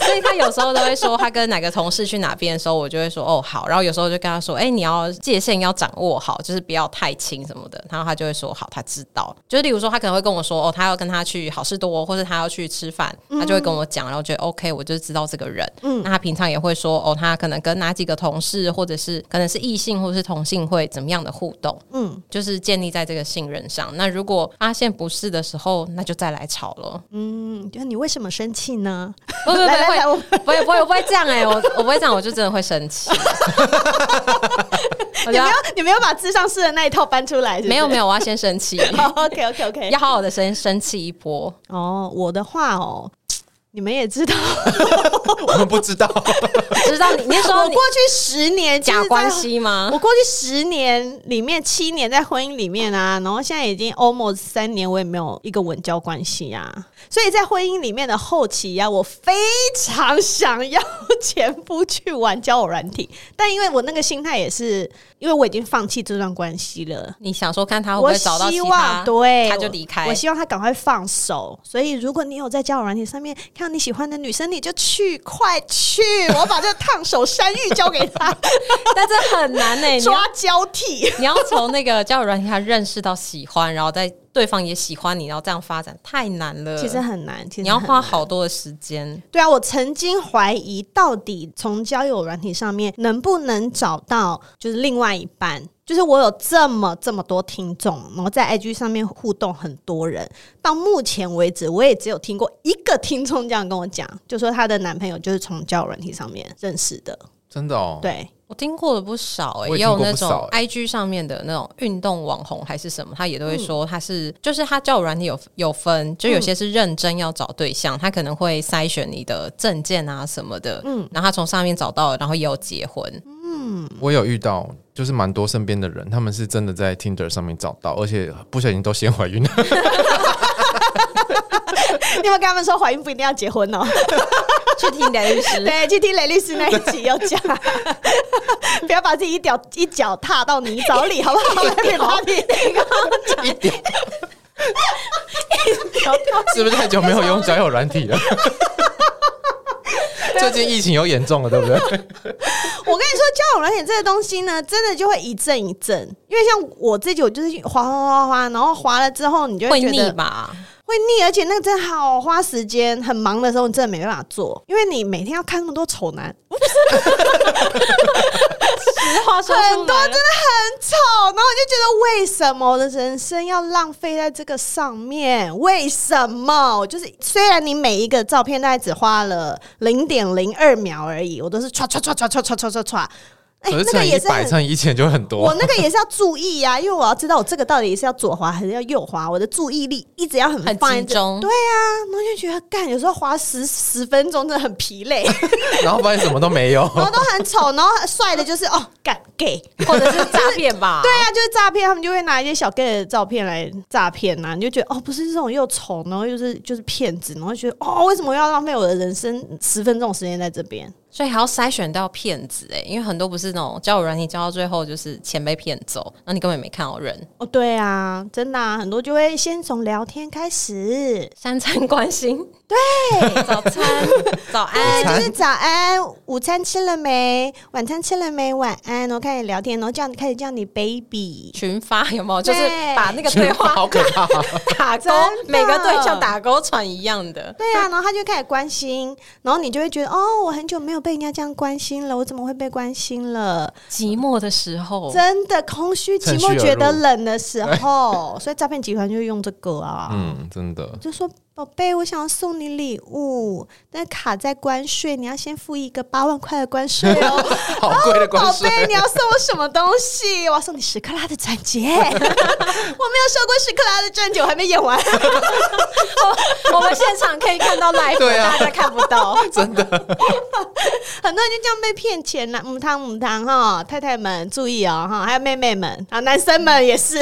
Speaker 3: 所以他有时候都会说，他跟哪个同事去哪边的时候，我就会说哦好，然后有时候就跟他说，哎、你要界限要掌握好，就是不要太轻什么的。然后他就会说好，哦他知道。就是例如说，他可能会跟我说，哦，他要跟他去好事多，或是他要去吃饭，
Speaker 1: 嗯
Speaker 3: 他就会跟我讲，然后我觉得 OK，我就知道这个人。那他平常也会说，哦，他可能跟哪几个同事，或者是可能是异性或者是同性会怎么样的互动，
Speaker 1: 嗯
Speaker 3: 嗯，就是建立在这个信任上。那如果发现不是的时候，那就再来吵了。
Speaker 1: 嗯，就是你为什么生气呢？
Speaker 3: 不不不
Speaker 1: 来来来我
Speaker 3: 会， *laughs* 不会不会，我不会这样哎、我我不会这样，我就真的会
Speaker 1: *laughs*
Speaker 3: 生气。我
Speaker 1: 你
Speaker 3: 就
Speaker 1: 没
Speaker 3: 要
Speaker 1: 有你没有把智商师的那一套搬出来，
Speaker 3: 没有没
Speaker 1: 有。
Speaker 3: 有，我要
Speaker 1: *laughs*
Speaker 3: 先生气， *laughs*
Speaker 1: 好，OK OK OK。
Speaker 3: 要好好的先生气一波。
Speaker 1: 哦，我的话哦，你们也知道，
Speaker 2: *laughs* 我们不知道，
Speaker 3: 知道你那时候
Speaker 1: *laughs* 我
Speaker 3: 你
Speaker 1: 过去十年就是
Speaker 3: 假
Speaker 1: 在
Speaker 3: 关系吗
Speaker 1: 我？过去十年里面，七年在婚姻里面啊，然后现在已经 almost 三年，我也没有一个稳交关系啊。所以在婚姻里面的后期啊，我非常想要前夫去玩交友软体，但因为我那个心态也是，因为我已经放弃这段关系了。
Speaker 3: 你想说看他会不
Speaker 1: 我
Speaker 3: 会找到其
Speaker 1: 希
Speaker 3: 他
Speaker 1: 望，对，
Speaker 3: 他就离开
Speaker 1: 我。我希望他赶快放手。所以，如果你有在交友软体上面看到你喜欢的女生，你就去，快
Speaker 3: *laughs*
Speaker 1: 去！我把这个烫手山芋交给他，
Speaker 3: 但这很难 *laughs* 呢、哎你要
Speaker 1: 抓交替。
Speaker 3: 你要从那个交友软件上认识到喜欢，然后再对方也喜欢你，然后这样发展太难了。
Speaker 1: 其实很难，其实
Speaker 3: 你要
Speaker 1: 很
Speaker 3: 花
Speaker 1: 难
Speaker 3: 好多的时间。
Speaker 1: 对啊，我曾经怀疑到底从交友软体上面能不能找到就是另外一半。就是我有这么这么多听众，然后在 IG 上面互动很多人，到目前为止我也只有听过一个听众这样跟我讲，就说她的男朋友就是从交友软体上面认识的。
Speaker 2: 真的哦。
Speaker 1: 对， *laughs*
Speaker 3: 我听过的不少、欸，
Speaker 2: 我也听
Speaker 3: 也有
Speaker 2: 过不
Speaker 3: 那种
Speaker 2: 少
Speaker 3: IG 上面的那种运动网红还是什么，他也都会说他是，就是他交友软体有有分，就有些是认真要找对象，他可能会筛选你的证件啊什么的，嗯，然后他从上面找到，然后也有结婚，
Speaker 2: 我有遇到，就是蛮多身边的人，他们是真的在 Tinder 上面找到，而且不小心都先怀孕了。
Speaker 1: 你有没有跟他们说怀孕不一定要结婚 *laughs* 哦？
Speaker 3: 去听你的律师，
Speaker 1: 对，去听雷律师那一集有讲， *laughs* 不要把自己一脚一脚踏到泥沼里，好不 *laughs* 好？Happy Party，
Speaker 2: *laughs*
Speaker 1: *laughs*
Speaker 2: 是不是太久没有用交友软体了？最近疫情有严重了，对不对？
Speaker 1: 我跟你说，交友软件这个东西呢，真的就会一阵一阵，因为像我自己，我就是滑滑滑滑，然后滑了之后，你就
Speaker 3: *laughs* 会
Speaker 1: 觉得
Speaker 3: 腻吧？
Speaker 1: 会腻，而且那个真的好花时间，很忙的时候你真的没办法做，因为你每天要看那么多丑男，
Speaker 3: 实话说
Speaker 1: 很多真的很丑，然后我就觉得为什么我的人生要浪费在这个上面？为什么？就是虽然你每一个照片大概只花了零点零二秒而已，我都是唰唰唰唰唰唰唰唰唰， *laughs* 哎、
Speaker 2: 可是
Speaker 1: 那个
Speaker 2: 乘以
Speaker 1: 也
Speaker 2: 一
Speaker 1: 是
Speaker 2: 百
Speaker 1: 很
Speaker 2: 乘以一千就很
Speaker 1: 我
Speaker 2: 多。
Speaker 1: 那个也是要注意呀、 *laughs* 因为我要知道我这个到底是要左滑还是要右滑，我的注意力一直要很
Speaker 3: 很
Speaker 1: 放在
Speaker 3: 集
Speaker 1: 这
Speaker 3: 中
Speaker 1: 对啊，然后就觉得干，有时候滑十十分钟真的很疲累，
Speaker 2: 然后发现什么都
Speaker 1: *laughs*
Speaker 2: 没有，
Speaker 1: 然后都很丑，然后帅的就是哦干 gay。
Speaker 3: *laughs* 或者是诈骗吧？
Speaker 1: 对啊，就是诈骗，他们就会拿一些小 gay 的照片来诈骗呐、你就觉得哦，不是这种又丑，然后又是就是骗子，然后觉得哦，为什么要浪费我的人生十分钟时间在这边？
Speaker 3: *laughs* 所以还要筛选到骗子哎、因为很多不是那种交友软体交到最后就是钱被骗走，那你根本没看到人，
Speaker 1: 哦，对啊，真的、啊，很多就会先从聊天开始，
Speaker 3: 三餐关心，对，早 *laughs* 餐早
Speaker 1: 对，
Speaker 3: 安，
Speaker 1: 哎就是早安，午餐吃了没？晚餐吃了没？晚安，然后开始聊天，然后叫你开始叫你 baby。
Speaker 3: 群发有没有？就是
Speaker 1: 对
Speaker 3: 把那个对话
Speaker 2: 好可怕、
Speaker 3: 打勾
Speaker 1: 真的，
Speaker 3: 每个对象打勾传一样的。
Speaker 1: 对啊，然后他就开始关心，然后你就会觉得哦，我很久没有被人家这样关心了，我怎么会被关心了？
Speaker 3: 寂寞的时候，
Speaker 1: 真的空虚、寂
Speaker 2: 趁虚
Speaker 1: 寞、
Speaker 2: 而
Speaker 1: 觉得
Speaker 2: 入
Speaker 1: 冷的时候，所以诈骗集团就用这个啊。
Speaker 2: 嗯，真的。
Speaker 1: 就说宝贝，我想要送你礼物，但卡在关税，你要先付一个八万块的关税哦。 *laughs*
Speaker 2: 好贵的
Speaker 1: 宝
Speaker 2: 关税，
Speaker 1: 贝，你要送我什么东西？我要送你十克拉的钻
Speaker 2: *laughs*
Speaker 1: 戒。我没有收过十克拉的钻戒，我还没演完。
Speaker 3: 我们现场可以看 *laughs* 到
Speaker 2: *laughs*
Speaker 3: live，
Speaker 2: 对啊
Speaker 1: *laughs*
Speaker 3: 大家看不到。
Speaker 2: *laughs* 真的
Speaker 1: 很多人就这样被骗钱了、母汤母汤哈，太太们注意哦哈，还有妹妹们啊，男生们也是。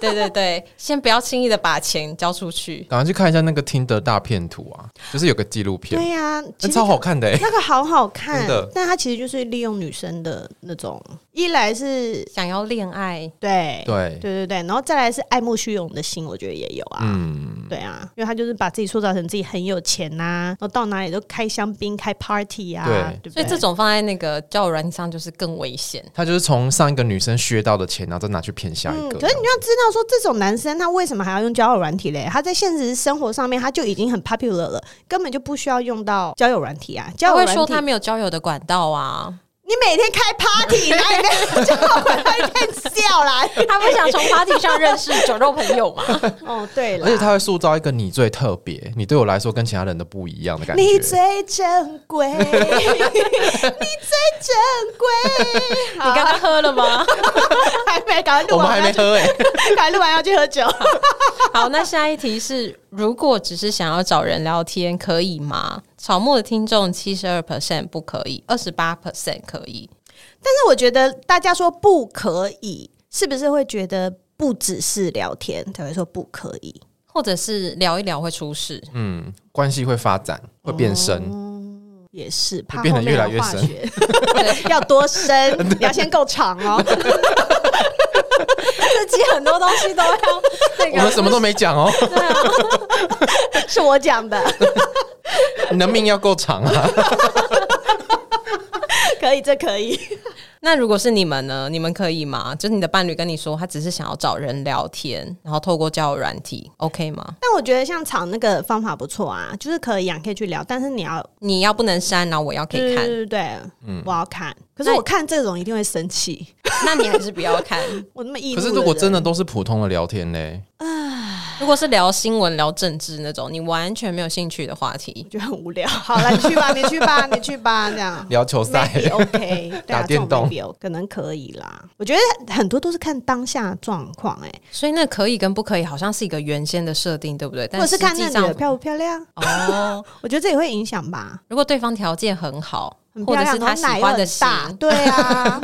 Speaker 3: 对对对，先不要轻易的把钱交出去。
Speaker 2: 赶快去看一下那个听的大片图啊，就是有个纪录片
Speaker 1: 对，呀、
Speaker 2: 那
Speaker 1: 其实
Speaker 2: 超好看的哎、
Speaker 1: 那个好好看
Speaker 2: 真的，
Speaker 1: 但它其实就是利用女生的那种，一来是
Speaker 3: 想要恋爱，
Speaker 1: 对
Speaker 2: 对
Speaker 1: 对对对，然后再来是爱慕虚荣的心，我觉得也有啊。
Speaker 2: 嗯，
Speaker 1: 对啊，因为他就是把自己塑造成自己很有钱呐、然后到哪里都开香槟、开 party 啊，
Speaker 2: 对
Speaker 1: 对不
Speaker 3: 所
Speaker 1: 对？
Speaker 3: 以这种放在那个交友软件上就是更危险。
Speaker 2: 他就是从上一个女生削到的钱，然后再拿去骗下一
Speaker 1: 嗯，
Speaker 2: 个。
Speaker 1: 可是你要知道说，这种男生他为什么还要用交友软体嘞？他在现实生活上面他就已经很 popular 了，根本就不需要用到交友软体啊。交
Speaker 3: 他
Speaker 1: 友
Speaker 3: 会
Speaker 1: 软体，
Speaker 3: 说他没有交友的管道啊，
Speaker 1: 你每天开 party，哪里面交友软体骗笑
Speaker 2: *laughs*
Speaker 1: 啦？
Speaker 3: *laughs* 他不想从 party 上认识酒肉朋友嘛？ *laughs*
Speaker 1: 哦，对了，
Speaker 2: 而且他会塑造一个你最特别，你对我来说跟其他人都不一样的感觉。
Speaker 1: 你最珍
Speaker 2: *laughs*
Speaker 1: 贵，你最珍贵。
Speaker 3: 你
Speaker 1: 你
Speaker 3: 刚刚喝了吗？
Speaker 1: 还还没，赶快录
Speaker 2: 我们
Speaker 1: 完
Speaker 2: 还
Speaker 1: 要
Speaker 2: 没
Speaker 1: 去，
Speaker 2: 喝哎、
Speaker 1: 赶快录完要去 *laughs* 喝酒。
Speaker 3: *laughs* 好，那下一题是：如果只是想要找人聊天，可以吗？草木的听众七十二 percent 不可以，二十八 percent 可以。
Speaker 1: 但是我觉得大家说不可以，是不是会觉得不只是聊天才会说不可以？
Speaker 3: 或者是聊一聊会出事，
Speaker 2: 嗯， *laughs* 关系会发展，会变深。
Speaker 1: 也是，怕
Speaker 2: 变得
Speaker 1: 后面
Speaker 2: 越来越
Speaker 1: 有化
Speaker 2: 深
Speaker 1: 学， *laughs* 要多深，
Speaker 2: *laughs*
Speaker 1: *laughs* 要先够长哦。
Speaker 3: 自己很多东西都要那
Speaker 2: 我们什么都没讲哦，
Speaker 1: 啊 *laughs* 是我讲的， *laughs*
Speaker 2: 你的命要够长啊！
Speaker 1: 可以，这可以。
Speaker 3: 那如果是你们呢？你们可以吗？就是你的伴侣跟你说，他只是想要找人聊天，然后透过交友软体，OK 吗？
Speaker 1: 但我觉得像炒那个方法不错啊，就是可以啊，你可以去聊，但是你要
Speaker 3: 你要不能删，然后我要可以看，
Speaker 1: 对对对，嗯，我要看。可是
Speaker 3: 那
Speaker 1: 我看这种一定会生气，
Speaker 3: *laughs* 那你还是不要看。
Speaker 1: 我那么易怒。
Speaker 2: 可是如果真的，都是普通的聊天嘞，
Speaker 3: 如果是聊新闻、聊政治那种，你完全没有兴趣的话题
Speaker 1: *laughs* 我，觉得很无聊。好了，你去吧，你去吧， *laughs* 你去吧，这
Speaker 2: *laughs*
Speaker 1: 样。
Speaker 2: 聊球赛
Speaker 1: Maybe
Speaker 2: *laughs*
Speaker 1: OK，对啊
Speaker 2: 打电动
Speaker 1: 这种 maybe 可能可以啦。我觉得很多都是看当下状况、欸，
Speaker 3: 所以那可以跟不可以好像是一个原先的设定，对不对？
Speaker 1: 哎，
Speaker 3: 但
Speaker 1: 或者是看那
Speaker 3: 实际
Speaker 1: 女的
Speaker 3: 上
Speaker 1: 漂不漂亮，
Speaker 3: 哦，
Speaker 1: 我觉得这也会影响吧。
Speaker 3: 如果对方条件很好，
Speaker 1: 很
Speaker 3: 或
Speaker 1: 漂
Speaker 3: 者
Speaker 1: 亮，
Speaker 3: 是他
Speaker 1: 然后
Speaker 3: 喜
Speaker 1: 奶又
Speaker 3: 欢的
Speaker 1: 很
Speaker 3: 型
Speaker 1: 大，对
Speaker 3: *laughs*
Speaker 1: 啊，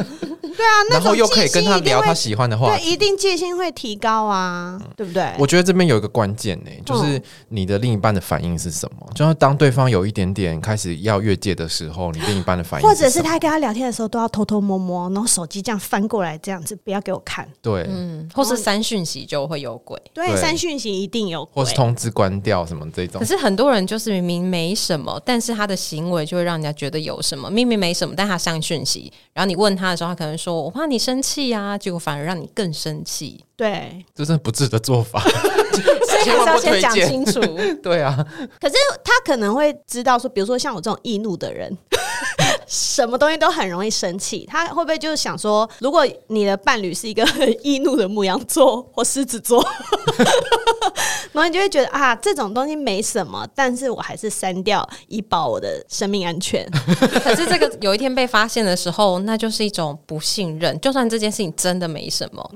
Speaker 1: 对啊，那
Speaker 2: 然后
Speaker 1: 种
Speaker 2: 又可以跟他
Speaker 1: 戒心一定
Speaker 2: 聊
Speaker 1: 会
Speaker 2: 他喜欢的话
Speaker 1: 对，一定戒心会提高啊，对不对？
Speaker 2: 我觉得这边有一个关键呢、就是你的另一半的反应是什么？就是当对方有一点点开始要越界的时候，你另一半的反应
Speaker 1: 或者
Speaker 2: 是
Speaker 1: 是
Speaker 2: 什么
Speaker 1: 他跟他聊天的时候都要偷偷摸摸，然后手机这样翻过来这样子，不要给我看。
Speaker 2: 对，
Speaker 3: 嗯，或是删讯息就会有鬼。
Speaker 1: 对，
Speaker 2: 对
Speaker 1: 删讯息一定有鬼
Speaker 2: 或是通知关掉什么这种
Speaker 3: 可。是很多人就是明明没什么，但是他的行为就会让人家觉得有什么。明明没什么，但他上讯息，然后你问他的时候，他可能说：“我怕你生气啊。”结果反而让你更
Speaker 1: *laughs*
Speaker 3: 生气。
Speaker 1: 对，
Speaker 2: 这是不智的做法，
Speaker 3: 所以
Speaker 2: 千
Speaker 3: 还
Speaker 2: 万不
Speaker 3: 是要先
Speaker 2: 推
Speaker 3: 讲
Speaker 2: 荐
Speaker 3: 清楚。
Speaker 2: 对啊，
Speaker 1: 可是他可能会知道说，比如说像我这种易怒的人， *laughs* 什么东西都很容易生气。他会不会就是想说，如果你的伴侣是一个很易怒的牧羊座或狮子座，然后你就会觉得啊，这种东西没什么，但是我还是删掉，以保我的生命安
Speaker 3: *laughs*
Speaker 1: 全。
Speaker 3: *laughs* 可是这个有一天被发现的时候，那就是一种不信任。就算这件事情真的没什么，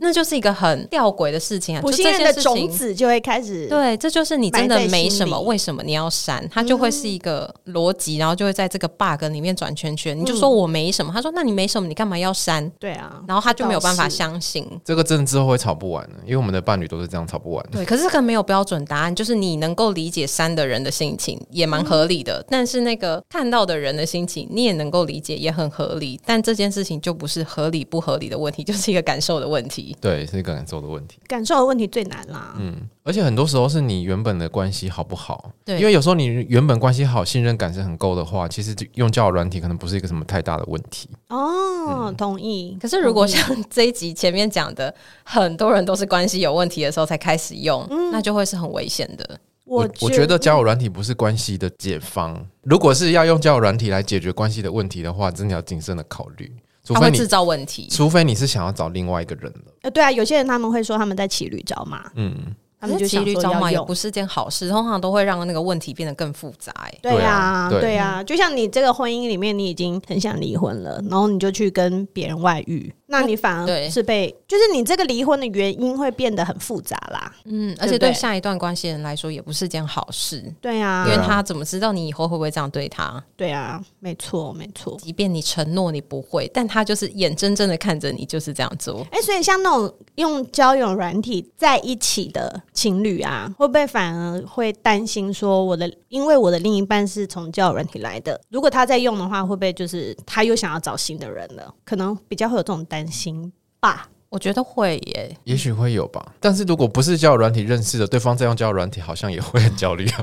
Speaker 3: 那就是一个很吊诡的事情
Speaker 1: 嗯
Speaker 3: 啊。
Speaker 1: 不
Speaker 3: 就
Speaker 1: 信
Speaker 3: 这
Speaker 1: 任
Speaker 3: 件
Speaker 1: 的
Speaker 3: 事
Speaker 1: 种
Speaker 3: 情
Speaker 1: 子就会开始
Speaker 3: 对，这就是你真的
Speaker 1: 埋在
Speaker 3: 没
Speaker 1: 心
Speaker 3: 什么，
Speaker 1: 里嗯
Speaker 3: 为什么你要删？他就会是一个逻辑，然后就会在这个 bug 里面转圈圈。你就说我没什么，他说那你没什么，你干嘛要删？
Speaker 1: 对啊，
Speaker 3: 然后他就没有办法
Speaker 1: 这倒是
Speaker 3: 相信。
Speaker 2: 这个真的之后会吵不完的，因为我们的伴侣都是这样吵不完的。
Speaker 3: 对，可是这个没有标准答案，就是你能够理解删的人的心情也蛮合理
Speaker 1: 嗯
Speaker 3: 的，但是那个看到的人的心情你也能够理解，也很合理。但这件事情就不是合理不合理的问题，就是一个感受的问题。
Speaker 2: 对，是一个感受的问题。
Speaker 1: 感受的问题最难啦。
Speaker 2: 嗯，而且很多时候是你原本的关系好不好？
Speaker 3: 对
Speaker 2: 因为有时候你原本关系好，信任感是很够的话，其实用交友软体可能不是一个什么太大的问题。
Speaker 1: 哦，同意。
Speaker 3: 嗯可是如果
Speaker 1: 同意
Speaker 3: 像这一集前面讲的，很多人都是关系有问题的时候才开始用，那就会是很危险的。
Speaker 1: 我
Speaker 2: 我觉得交友软体不是关系的解方，如果是要用交友软体来解决关系的问题的话，真的要谨慎的考虑，除
Speaker 3: 它
Speaker 2: 非
Speaker 3: 会
Speaker 2: 你
Speaker 3: 制造问题。
Speaker 2: 除非你是想要找另外一个人了。
Speaker 1: 呃，对啊，有些人他们会说他们在骑驴找马，
Speaker 2: 嗯，
Speaker 1: 他们就
Speaker 3: 骑
Speaker 1: 想
Speaker 3: 驴
Speaker 1: 说
Speaker 3: 找
Speaker 1: 要
Speaker 3: 马也
Speaker 1: 用
Speaker 3: 不。是件好事，通常都会让那个问题变得更复杂、欸。
Speaker 1: 对啊，
Speaker 2: 对啊
Speaker 1: 对啊，就像你这个婚姻里面，你已经很想离婚了，然后你就去跟别人外遇，那你反
Speaker 3: 对
Speaker 1: 而是被，就是你这个离婚的原因会变得很复杂啦。
Speaker 3: 嗯，而
Speaker 1: 对
Speaker 3: 且
Speaker 1: 不
Speaker 3: 对
Speaker 1: 对
Speaker 3: 下一段关系人来说也不是件好事，
Speaker 1: 对啊，
Speaker 3: 因为
Speaker 2: 对啊
Speaker 3: 他怎么知道你以后会不会这样对他？
Speaker 1: 对啊，没错，没错。
Speaker 3: 即便你承诺你不会，但他就是眼睁睁的看着你就是这样做。
Speaker 1: 哎、所以像那种用交友软体在一起的情侣啊，会不会反而会担心说我的，因为我的另一半是从交友软体来的，如果他在用的话，会不会就是他又想要找新的人了？可能比较会有这种担心吧。
Speaker 3: 我觉得会耶，
Speaker 2: 也许会有吧。但是如果不是交友软体认识的，对方在用交友软体，好像也会很焦虑啊。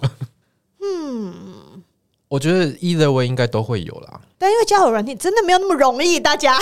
Speaker 2: 嗯，
Speaker 3: 嗯
Speaker 2: 我觉得 either way 应该都会有啦。
Speaker 1: 但因为交友软体真的没有那么容易，大家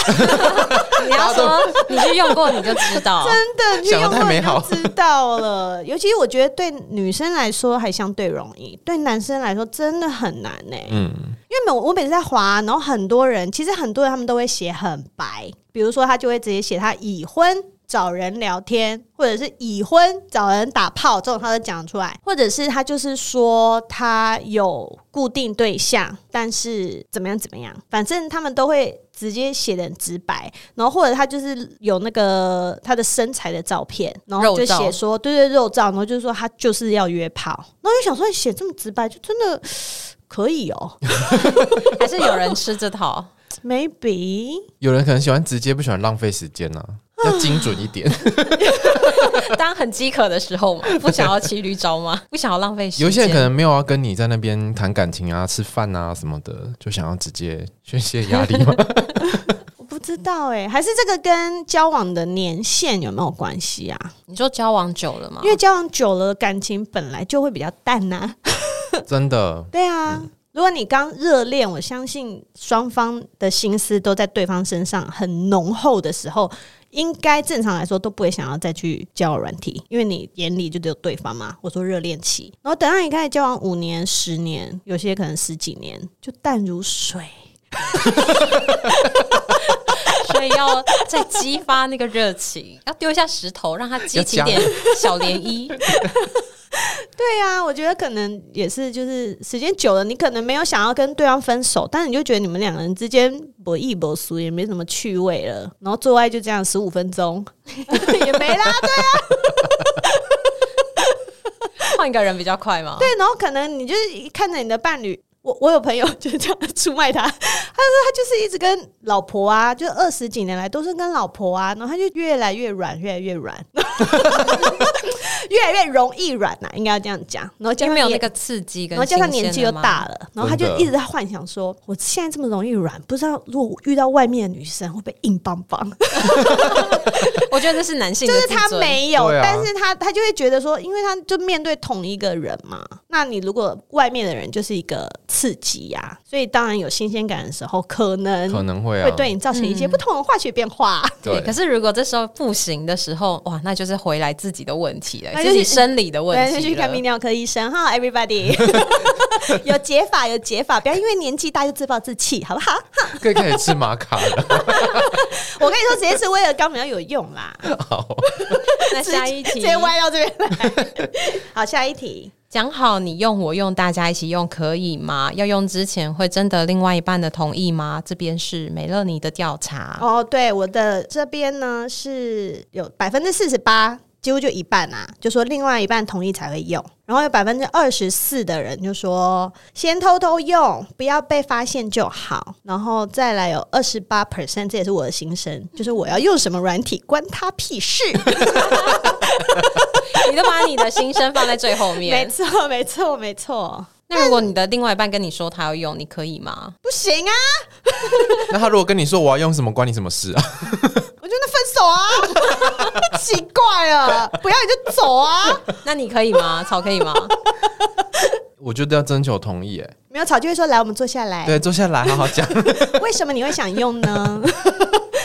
Speaker 3: 你要说你去用过你就知 *laughs* 道，
Speaker 1: 真的去
Speaker 2: 想得
Speaker 1: 用
Speaker 2: 太
Speaker 1: 过你
Speaker 2: 美
Speaker 1: 就
Speaker 2: 好
Speaker 1: 知道了。 *laughs* 尤其我觉得对女生来说还相对容易，对男生来说真的很难呢、因
Speaker 2: 嗯，
Speaker 1: 为每我每次在滑，然后很多人其实很多人他们都会写很白，比如说他就会直接写他已婚找人聊天，或者是已婚找人打炮，这种他都讲出来，或者是他就是说他有固定对象，但是怎么样怎么样，反正他们都会直接写的很直白，然后或者他就是有那个他的身材的照片，然后就
Speaker 3: 肉照
Speaker 1: 写说对对肉照，然后就说他就是要约炮，然后就想说写这么直白，就真的可以哦 *laughs*
Speaker 3: 还是有人吃这套？
Speaker 1: ，maybe
Speaker 2: 有人可能喜欢直接，不喜欢浪费时间呐、
Speaker 3: 啊
Speaker 2: 要精准一
Speaker 3: *laughs*
Speaker 2: 点。
Speaker 3: 当很饥渴的时候嘛，
Speaker 1: *laughs*
Speaker 3: 不想要骑驴找吗？ *laughs* 不想要浪费时间。
Speaker 2: 有些人可能没有要啊跟你在那边谈感情啊、吃饭啊什么的，就想要直接宣泄压力嘛。
Speaker 3: *laughs*
Speaker 1: 我不知道哎、还是这个跟交往的年限有没有关系啊？
Speaker 3: 你说交往久了嘛，
Speaker 1: 因为交往久了，感情本来就会比较淡啊呐、
Speaker 2: 真的，
Speaker 1: 对啊，如果你刚热恋，我相信双方的心思都在对方身上很浓厚的时候，应该正常来说都不会想要再去交友软体，因为你眼里就只有对方嘛。我说热恋期，然后等到你开始交往五年、十年，有些可能十几年，就淡如水。
Speaker 3: *laughs* 所以要再激发那个热情， *laughs* 要丢一下石头，让它激起一
Speaker 2: 要加
Speaker 3: 点 *laughs* 小涟漪。
Speaker 1: *laughs* 对啊，我觉得可能也是，就是时间久了，你可能没有想要跟对方分手，但你就觉得你们两个人之间博弈博输，也没什么趣味了，然后做爱就这样十五分钟 *laughs* 也没啦，啊
Speaker 3: 换一个人比较快嘛。
Speaker 1: 对，然后可能你就是一看着你的伴侣，我我有朋友就是这样出卖他，他 *laughs* 说他就是一直跟老婆啊，就二十几年来都是跟老婆啊，然后他就越来越软，越来越软， *laughs* 越来越容易软啊呐、应该要这样讲。然后加
Speaker 3: 因
Speaker 1: 上
Speaker 3: 为没有那
Speaker 1: 年
Speaker 3: 个刺激跟，
Speaker 1: 然后加上年纪又，大了，然后他就
Speaker 2: 真的
Speaker 1: 一直在幻想说，我现在这么容易软，不知道如果我遇到外面的女生会不会硬邦邦？
Speaker 3: *laughs* 我觉得这是男性
Speaker 1: 就
Speaker 3: 的
Speaker 1: 是
Speaker 3: 自尊，
Speaker 1: 他没有，
Speaker 2: 对啊
Speaker 1: 但是他他就会觉得说，因为他就面对同一个人嘛，那你如果外面的人就是一个刺激呀、所以当然有新鲜感的时候，可能
Speaker 2: 可能会啊
Speaker 1: 会，对你造成一些不同的化学变化。
Speaker 3: 对，可
Speaker 2: 对，
Speaker 3: 是如果这时候不行的时候，哇，那就是回来自己的问题了，
Speaker 1: 那就
Speaker 3: 自
Speaker 1: 是
Speaker 3: 己生理的问
Speaker 1: 对，
Speaker 3: 题
Speaker 1: 就去
Speaker 3: 了。
Speaker 1: 看泌尿科医生哈，everybody，有解法有解法，不要因为年纪大就自暴自弃，好不 *laughs* 好？
Speaker 2: 可以开始吃玛卡
Speaker 3: *laughs*
Speaker 2: 了。
Speaker 1: 我跟你说，直接吃威尔刚比较有用啦，
Speaker 2: 好，
Speaker 3: 那下 *laughs*
Speaker 1: *laughs*
Speaker 3: 一
Speaker 1: 直
Speaker 3: 题，
Speaker 1: 接歪到这边来。 *laughs* 好，下一题，
Speaker 3: 讲好你用我用大家一起用可以吗？要用之前会征得另外一半的同意吗？这边是美乐妮的调查，
Speaker 1: 哦，对，我的这边呢是有百分之四十八，几乎就一半啊，就说另外一半同意才会用，然后有百分之二十四的人就说先偷偷用，不要被发现就好，然后再来有二十八 percent，这也是我的心声，就是我要用什么软体关他屁事，
Speaker 3: 你都把你的心声放在最后
Speaker 1: *laughs* 没
Speaker 3: 面。
Speaker 1: 错，没错，没错，
Speaker 3: 那如果你的另外一半跟你说他要用，你可以吗？
Speaker 1: 不行啊，
Speaker 2: 那他如果跟你说我要用什么，关你什么事啊？
Speaker 1: 我觉得分手啊， *laughs* 奇怪了，不要你就走啊。
Speaker 3: 那你可
Speaker 1: *laughs*
Speaker 3: 以吗？草可以吗？
Speaker 2: 我觉得要征求同意，哎，
Speaker 1: 没有吵就会说来，我们坐下
Speaker 3: 哎
Speaker 1: 来。
Speaker 2: 对，坐下来好好讲。
Speaker 1: 为什么你会想用呢？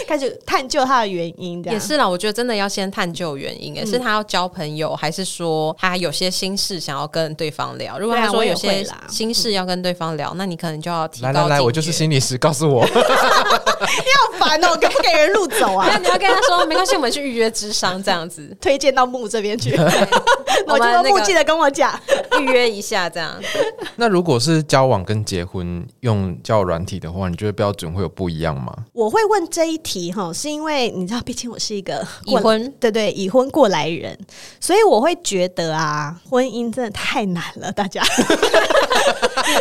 Speaker 1: 开始探究它的原因，这样
Speaker 3: 也是啦，我觉得真的要先探究原
Speaker 1: 嗯
Speaker 3: 因，也是他要交朋友，还是说他有些心事想要跟对方聊？如果
Speaker 1: 对啊
Speaker 3: 他说
Speaker 1: 我也
Speaker 3: 有
Speaker 1: 会
Speaker 3: 些
Speaker 1: 啦嗯
Speaker 3: 心事要跟对方聊，那你可能就要提高
Speaker 2: 来来来，
Speaker 3: 警
Speaker 2: 我就是
Speaker 3: 觉
Speaker 1: *laughs*
Speaker 2: 心理师，告诉我。
Speaker 1: 好烦 *laughs* 哦，给不给人路走
Speaker 3: 那
Speaker 1: 啊？
Speaker 3: 你要跟他说没关系，我们去预约智商这样子
Speaker 1: 推荐到木这边去，我
Speaker 3: *laughs* 我
Speaker 1: 就
Speaker 3: 们
Speaker 1: 说
Speaker 3: 那个
Speaker 1: 木记得跟我讲，
Speaker 3: 预约一下，这样
Speaker 2: 那如果是交往跟结婚用交友软体的话，你觉得标准会有不一样吗？
Speaker 1: 我会问这一题哈，是因为你知道，毕竟我是一个
Speaker 3: 已婚
Speaker 1: 对对，已婚过来人，所以我会觉得啊，婚姻真的太难了，大家。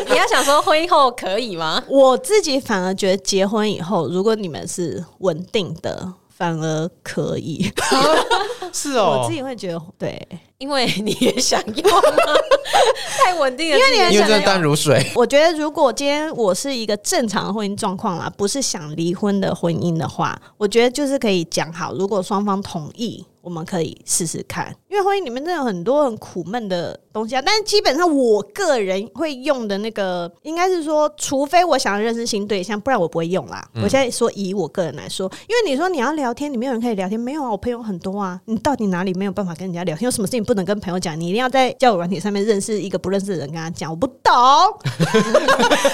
Speaker 3: 你要想说婚姻后可以吗？
Speaker 1: 我自己反而觉得结婚以后，如果你们是稳定的，反而可以。
Speaker 2: 是
Speaker 1: *laughs* 我自己会觉得对。
Speaker 3: 因为你也想
Speaker 1: *laughs*
Speaker 3: 要吗？太稳定了，
Speaker 1: 因为你很
Speaker 2: 因为
Speaker 1: 想
Speaker 2: 真的淡如水，
Speaker 1: *laughs* 我觉得，如果今天我是一个正常的婚姻状况啦，不是想离婚的婚姻的话，我觉得就是可以讲好，如果双方同意，我们可以试试看。因为婚姻里面真的有很多很苦闷的东西啊，但是基本上我个人会用的那个，应该是说，除非我想要认识新对象，不然我不会用啦。我现在说以我个人来说，因为你说你要聊天，你没有人可以聊天，没有啊，我朋友很多啊，你到底哪里没有办法跟人家聊天？有什么事情不能跟朋友讲？你一定要在交友软体上面认识一个不认识的人，跟他讲，我不懂。 *laughs*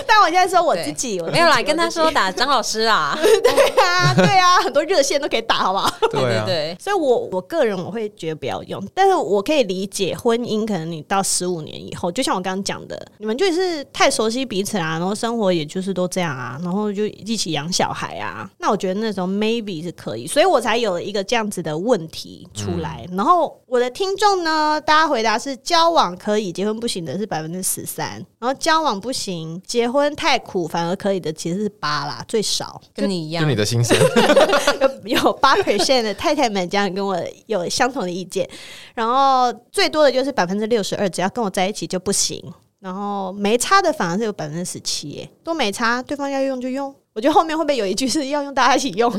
Speaker 1: 但我现在说我自己，我自己
Speaker 3: 没有啦，
Speaker 1: 我
Speaker 3: 跟他
Speaker 1: 自己 *laughs*
Speaker 3: 说打张老师啦，
Speaker 1: 啊对啊，对啊，很多热线都可以打，好不好？
Speaker 3: 对
Speaker 2: 啊，
Speaker 3: 对，
Speaker 1: 所以我我个人我会觉得不要用，但是我可以理解婚姻，可能你到十五年以后，就像我刚刚讲的，你们就是太熟悉彼此啦、啊然后生活也就是都这样啊，然后就一起养小孩啊。那我觉得那时候 maybe 是可以，所以我才有了一个这样子的问题出来。然后我的听众呢，大家回答是交往可以，结婚不行的是百分之十三，然后交往不行，结婚太苦反而可以的其实是八啦，最少。
Speaker 3: 跟你一样
Speaker 2: 就你，的
Speaker 1: *laughs*
Speaker 2: 心声，
Speaker 1: 有有八 percent 的太太们这样跟我有相同的意见，然后最多的就是百分之六十二，只要跟我在一起就不行。然后没差的反而是有百分之十七，耶，都没差，对方要用就用。我觉得后面会不会有一句是要用大家一起用？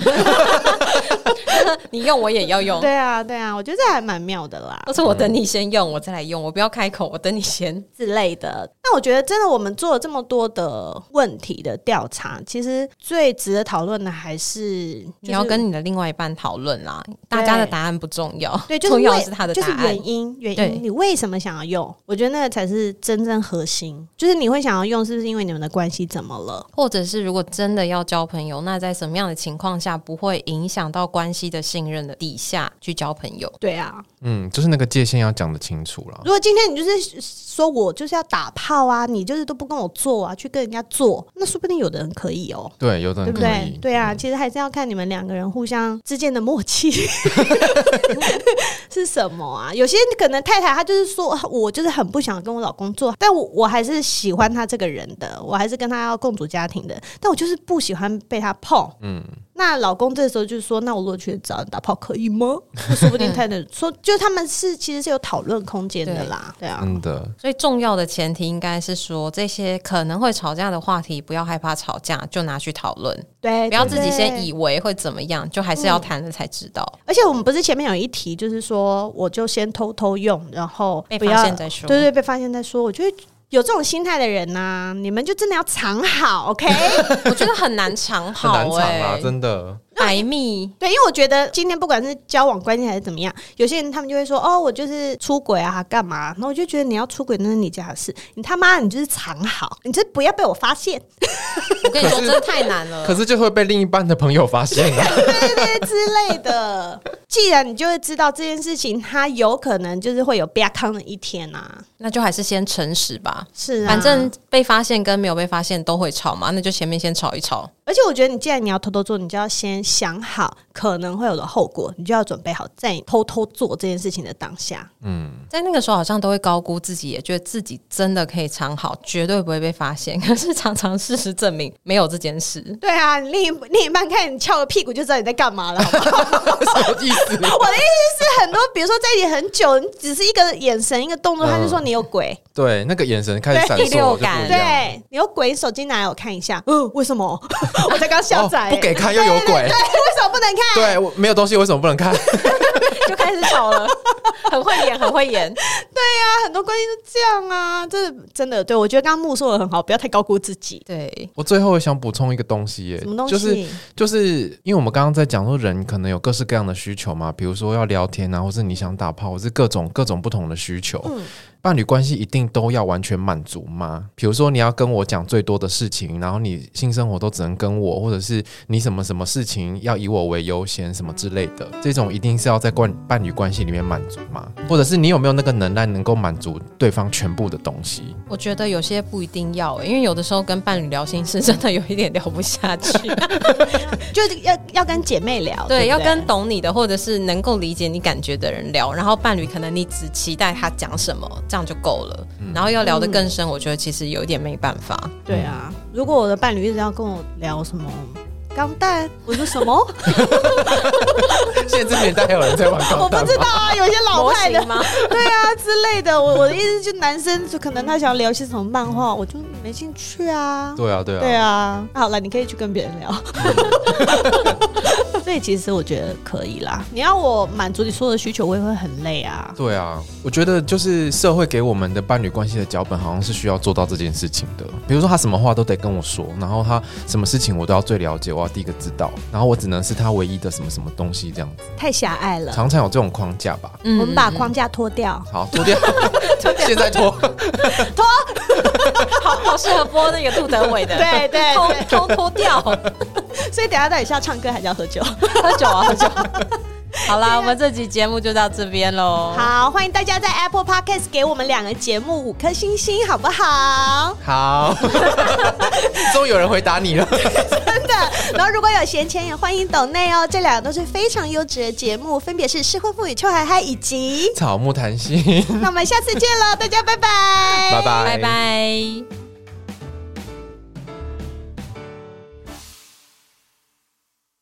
Speaker 3: 你用我也要用。
Speaker 1: 对啊，对啊，我觉得这还蛮妙的啦
Speaker 3: 或是我等你先用，我再来用，我不要开口，我等你先。
Speaker 1: 之类的。那我觉得真的，我们做了这么多的问题的调查，其实最值得讨论的还是、就是、
Speaker 3: 你要跟你的另外一半讨论啦，大家的答案不重要，
Speaker 1: 对，就是
Speaker 3: 重要
Speaker 1: 为
Speaker 3: 的是他的
Speaker 1: 就是
Speaker 3: 答案。
Speaker 1: 原因，原
Speaker 3: 对
Speaker 1: 因，你为什么想要用？我觉得那个才是真正核心。就是你会想要用，是不是因为你们的关系怎么了？
Speaker 3: 或者是如果真的要交朋友，那在什么样的情况下不会影响到关系的信任的底下去交朋友？
Speaker 1: 对啊，
Speaker 2: 嗯，就是那个界限要讲得清楚了
Speaker 1: 如。果今天你就是说我就是要打炮啊，你就是都不跟我做啊，去跟人家做，那说不定有的人可以哦。
Speaker 2: 对，有
Speaker 1: 对
Speaker 2: 的人
Speaker 1: 不
Speaker 2: 可
Speaker 1: 对
Speaker 2: 以，？
Speaker 1: 对啊，其实还是要看你们两个人互相之间的默 *laughs* 契是什么啊。有些可能太太她就是说，我就是很不想跟我老公做，但我我还是喜欢他这个人的，我还是跟他要共组家庭的，但我就是不喜欢被他碰。嗯，那老公这时候就说，那我如果去找你打炮可以吗？那说不定太太说，就他们是其实是有讨论空间的啦。对啊，
Speaker 2: 真的，
Speaker 3: 所以重要的前提应该是说，这些可能会吵架的话题，不要害怕吵架，就拿去讨论，
Speaker 1: 对，
Speaker 3: 不要自己
Speaker 1: 对
Speaker 3: 先以为会怎么样，就还是要谈了才知道。
Speaker 1: 而且我们不是前面有一题，就是说我就先偷偷用，然后
Speaker 3: 被
Speaker 1: 不要
Speaker 3: 发现再说
Speaker 1: 对对，被发现再说。我觉得有这种心态的人呐、你们就真的要藏好，OK？
Speaker 3: *laughs* 我觉得很难藏
Speaker 2: 很
Speaker 3: 好、欸，
Speaker 2: 难藏啊，真的。
Speaker 3: 百密
Speaker 1: 对，因为我觉得今天不管是交往关系还是怎么样，有些人他们就会说哦，我就是出轨啊，干嘛？然后我就觉得你要出轨那是你家的事，你他妈你就是藏好，你就是不要被我发现，
Speaker 3: 我跟你说，真的太难了。
Speaker 2: 可是就会被另一半的朋友发现
Speaker 1: *laughs*
Speaker 2: 啊。
Speaker 1: 对对对之类
Speaker 3: *laughs*
Speaker 1: 的。既然你就会知道这件事情，它有可能就是会有被康的一天啊。
Speaker 3: 那就还是先诚实吧。
Speaker 1: 是啊，
Speaker 3: 反正被发现跟没有被发现都会吵嘛，那就前面先吵一吵。
Speaker 1: 而且我觉得，你既然你要偷偷做，你就要先想好可能会有的后果，你就要准备好，在你偷偷做这件事情的当下。
Speaker 3: 在那个时候好像都会高估自己，也觉得自己真的可以藏好，绝对不会被发现。可是常常事实证明没有这件事。
Speaker 1: 对啊，你另一另一半看你翘个屁股就知道你在干嘛了，好不 *laughs* 好？
Speaker 2: 什么意思？
Speaker 1: 我的意思是，很多比如说在一起很久，你只是一个眼神、一个动作，他就说你有鬼。
Speaker 2: 对，那个眼神开始闪
Speaker 3: 对第
Speaker 2: 烁，
Speaker 3: 六
Speaker 2: 我就不
Speaker 3: 感
Speaker 2: 一样。
Speaker 1: *laughs* 对，你有鬼，你手机拿来我看一下。嗯，为什么？ *laughs* 我才刚下载、
Speaker 2: 哦不给看又有鬼
Speaker 1: *laughs* 对，对对为什么不能看？
Speaker 2: 对，我没有东西，为什么不能看？
Speaker 3: 就开始吵了， *laughs* 很会演，很会演。
Speaker 1: 啊，很多关系都这样啊，这真的。对我觉得刚刚木说的很好，不要太高估自己。
Speaker 3: 对，
Speaker 2: 我最后想补充一个东西耶
Speaker 1: 什么东，西？
Speaker 2: 就是就是因为我们刚刚在讲说人可能有各式各样的需求嘛，比如说要聊天啊，或是你想打炮，或是各种各种不同的需求。
Speaker 1: 嗯
Speaker 2: 伴侣关系一定都要完全满足吗？比如说你要跟我讲最多的事情，然后你性生活都只能跟我，或者是你什么什么事情要以我为优先什么之类的，这种一定是要在关伴侣关系里面满足吗？或者是你有没有那个能耐能够满足对方全部的东西？
Speaker 1: *laughs*
Speaker 3: 我觉得有些不一定要、欸因为有的时候跟伴侣聊心事， *laughs* 真的有一点聊不下去。
Speaker 1: 就是要要跟姐妹聊，对不
Speaker 3: 对，
Speaker 1: 对，
Speaker 3: 要跟懂你的或者是能够理解你感觉的人聊，然后伴侣可能你只期待他讲什么，这样就够了。
Speaker 1: 嗯
Speaker 3: 然后要聊得更深，我觉得其实有一点没办法。
Speaker 1: 对啊。如果我的伴侣一直要跟我聊什么钢 *laughs* 弹，我说什么
Speaker 2: 现在这个年代还有人在玩
Speaker 1: 我
Speaker 2: 钢
Speaker 1: 不
Speaker 2: 弹
Speaker 1: 知
Speaker 2: 吗？
Speaker 1: 道啊，有一些老
Speaker 3: 模
Speaker 1: 派的
Speaker 3: 型吗？ *laughs*
Speaker 1: 对啊之类的。我我的意思就男生就可能他想要聊些什么漫画，我就没兴趣啊。
Speaker 2: 对啊，对啊，
Speaker 1: 对啊，嗯好了，你可以去跟别 *laughs* 人聊。所以其实我觉得可以啦。你要我满足你所有的需求，我也会很累啊。
Speaker 2: 对啊，我觉得就是社会给我们的伴侣关系的脚本，好像是需要做到这件事情的。比如说，他什么话都得跟我说，然后他什么事情我都要最了解，我要第一个知道，然后我只能是他唯一的什么什么东西这样子，
Speaker 1: 太狭隘了，
Speaker 2: 常常有这种框架吧。
Speaker 3: 嗯
Speaker 1: 我们把框架脱掉。
Speaker 2: 好，
Speaker 1: *laughs*
Speaker 2: 脱掉，现在脱，
Speaker 3: 好好适合播那个杜德伟
Speaker 1: *laughs*
Speaker 3: 的，
Speaker 1: 对对
Speaker 3: 偷
Speaker 1: 对
Speaker 3: 偷脱掉，
Speaker 1: 嗯所以等一下到底是要唱歌还是要喝酒？
Speaker 3: 喝酒啊喝酒。好啦，我们这集节目就到这边喽。
Speaker 1: 好，欢迎大家在 Apple Podcast 给我们两个节目五颗星星，好不好？ *laughs*
Speaker 2: 好，终于有人回答你了。
Speaker 1: 真的。 *laughs* 然后如果有闲钱，也欢迎抖内哦。这两个都是非常优质的节目，分别是《失婚妇女邱海海》以 *laughs* 及……
Speaker 2: 草木谈心，
Speaker 1: *laughs* 那我们下次见喽，大家拜拜，
Speaker 2: 拜拜，
Speaker 3: 拜拜。